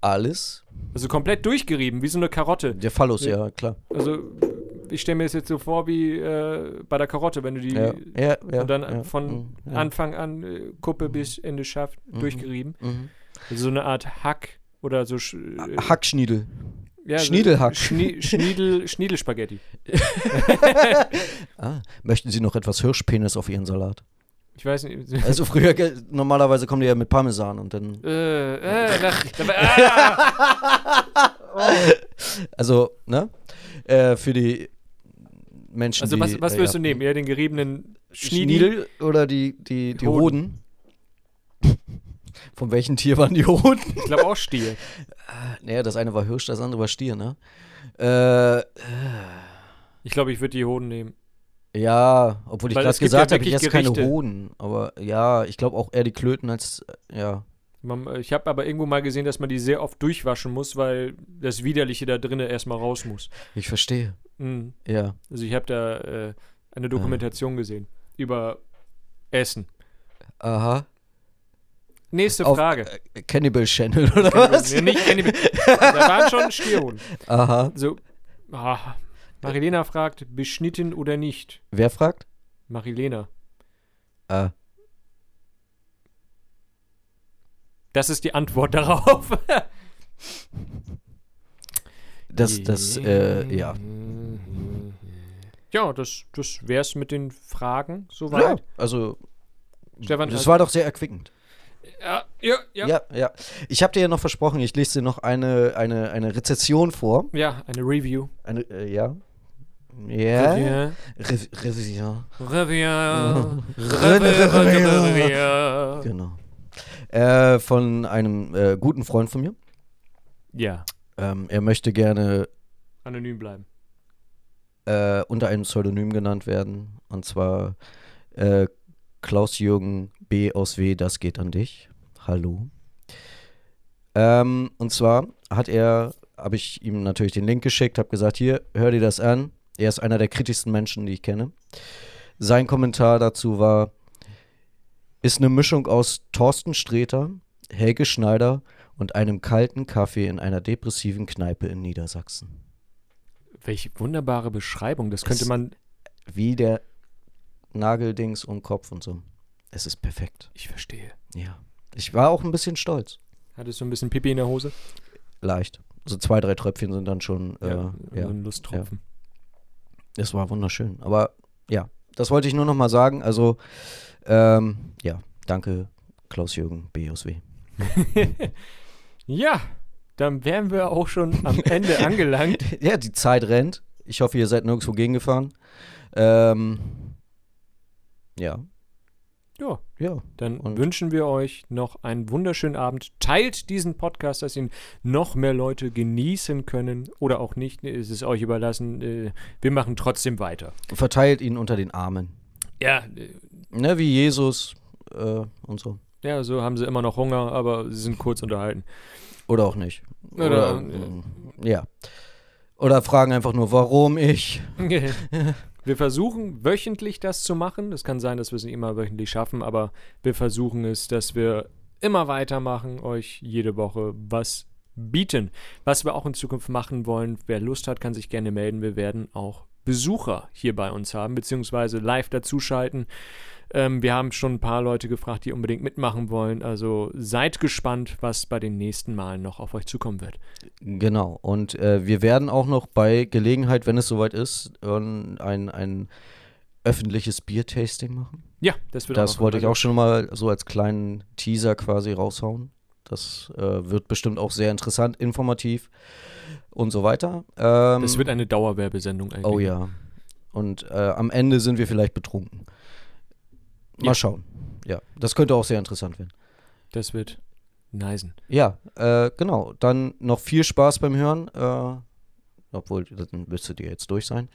B: alles.
A: Also komplett durchgerieben, wie so eine Karotte.
B: Der Phallus, ja, klar.
A: Also ich stelle mir das jetzt so vor wie äh, bei der Karotte, wenn du die
B: Ja, ja, ja.
A: und dann
B: ja,
A: von
B: mm, ja.
A: Anfang an äh, Kuppe bis Ende schafft, durchgerieben.
B: Mhm.
A: Also so eine Art Hack oder so Sch
B: Ah.
A: äh,
B: Hackschniedel.
A: ja, so
B: Schniedelhack.
A: Schnie Schniedel
B: [LAUGHS]
A: Schniedelspaghetti.
B: Ah, möchten Sie noch etwas Hirschpenis auf Ihren Salat?
A: Ich weiß nicht.
B: [LAUGHS] Also früher, ge- normalerweise kommen die ja mit Parmesan und dann.
A: Äh, äh, nach, dabei, ah,
B: Also, ne? Äh, für die Menschen,
A: also
B: die.
A: was, was
B: äh,
A: würdest
B: ja.
A: du nehmen? Eher den geriebenen Schniedel?
B: Schniedel oder die, die, die
A: Hoden.
B: Hoden? [LAUGHS] Von welchem Tier waren die Hoden?
A: Ich glaube auch Stiel.
B: Naja, das eine war Hirsch, das andere war Stier, ne? Äh,
A: Ich glaube, ich würde die Hoden nehmen.
B: ja, obwohl ich
A: Weil
B: gerade
A: es gibt
B: gesagt
A: ja
B: habe, ich
A: wirklich
B: esse keine
A: Gerichte.
B: Hoden. Aber ja, ich glaube auch eher die Klöten als, ja.
A: Man, äh, ich habe aber irgendwo mal gesehen, dass man die sehr oft durchwaschen muss, weil das Widerliche da drinnen erstmal raus muss.
B: Ich verstehe.
A: Mhm.
B: Ja.
A: Also ich habe da äh, eine
B: Ah.
A: Dokumentation gesehen über Essen.
B: Aha.
A: Nächste
B: Auf-
A: Frage.
B: Äh, Cannibal Channel oder was?
A: Nee, nicht Cannibal. da waren schon Stierhunden.
B: Aha.
A: So, ah, Marilena fragt, beschnitten oder nicht?
B: Wer fragt?
A: Marilena.
B: Ah.
A: Das ist die Antwort [LAUGHS] darauf.
B: Das, das, äh, ja.
A: Ja, das, das wär's mit den Fragen
B: Ja,
A: soweit.
B: also,
A: Stefan,
B: das
A: hast-
B: war doch sehr erquickend.
A: ja, ja, ja. ja.
B: Ja, ja. Ich habe dir ja noch versprochen, ich lese dir noch eine, eine, eine Rezession vor.
A: eine Review.
B: Eine, äh, ja. Ja.
A: Review.
B: Rev- Revision.
A: Review.
B: Revision. [LAUGHS]
A: Review.
B: Genau. Äh, von einem äh, guten Freund von mir.
A: Ja,
B: Ähm, er möchte gerne
A: anonym bleiben.
B: äh, unter einem Pseudonym genannt werden. Und zwar äh, Klaus-Jürgen B. aus W. Das geht an dich. Hallo. Ähm, und zwar hat er, habe ich ihm natürlich den Link geschickt, habe gesagt, hier, hör dir das an. Er ist einer der kritischsten Menschen, die ich kenne. Sein Kommentar dazu war, ist eine Mischung aus Thorsten Sträter, Helge Schneider und einem kalten Kaffee in einer depressiven Kneipe in Niedersachsen.
A: Welche wunderbare Beschreibung. Das
B: könnte
A: könnte man.
B: wie der Nageldings und Kopf und so. Es ist perfekt.
A: Ich verstehe.
B: Ja. Ich war auch ein bisschen stolz.
A: Hattest du ein bisschen Pipi in der Hose?
B: Leicht. So zwei, drei Tröpfchen sind dann schon. Äh, ja.
A: So ein Lusttropfen.
B: Es war wunderschön. Aber ja, das wollte ich nur noch mal sagen. Also, ähm, ja, danke, Klaus-Jürgen, BOSW. [LAUGHS]
A: [LAUGHS] Ja, dann wären wir auch schon am
B: [LAUGHS]
A: Ende angelangt.
B: ja, die Zeit rennt. Ich hoffe, ihr seid nirgendwo gegengefahren. Ähm, ja,
A: Ja.
B: ja.
A: Dann
B: Und-
A: wünschen wir euch noch einen wunderschönen Abend. Teilt diesen Podcast, dass ihn noch mehr Leute genießen können oder auch nicht. Es ist euch überlassen. Äh, Wir machen trotzdem weiter.
B: Verteilt ihn unter den Armen.
A: Ja, äh,
B: Ne, wie Jesus äh, und so.
A: ja, so haben sie immer noch Hunger, aber sie sind kurz unterhalten.
B: Oder auch nicht.
A: Oder-
B: mm, ja. Oder fragen einfach nur, warum ich.
A: wir versuchen wöchentlich das zu machen. Es kann sein, dass wir es nicht immer wöchentlich schaffen, aber wir versuchen es, dass wir immer weitermachen, euch jede Woche was bieten. Was wir auch in Zukunft machen wollen, wer Lust hat, kann sich gerne melden. Wir werden auch Besucher hier bei uns haben, beziehungsweise live dazuschalten. Ähm, wir haben schon ein paar Leute gefragt, die unbedingt mitmachen wollen. Also seid gespannt, was bei den nächsten Malen noch auf euch zukommen wird.
B: Genau. Und äh, wir werden auch noch bei Gelegenheit, wenn es soweit ist, ähm, ein, ein öffentliches Biertasting machen.
A: Ja, das wird auch
B: Das
A: noch-
B: wollte ich auch schon mal so als kleinen Teaser quasi raushauen. Das äh, wird bestimmt auch sehr interessant, informativ und so weiter. Ähm,
A: Das wird eine Dauerwerbesendung eigentlich.
B: oh ja. Und äh, am Ende sind wir vielleicht betrunken. Mal
A: Ja.
B: schauen. Ja, das könnte auch sehr interessant werden.
A: Das wird nice.
B: Ja, äh, genau. Dann noch viel Spaß beim Hören. Äh, obwohl, dann müsstet ihr jetzt durch sein.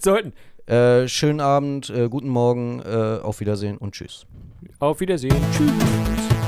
A: Sollten.
B: Äh, schönen Abend, äh, guten Morgen, äh, auf Wiedersehen und tschüss.
A: Auf Wiedersehen. Tschüss.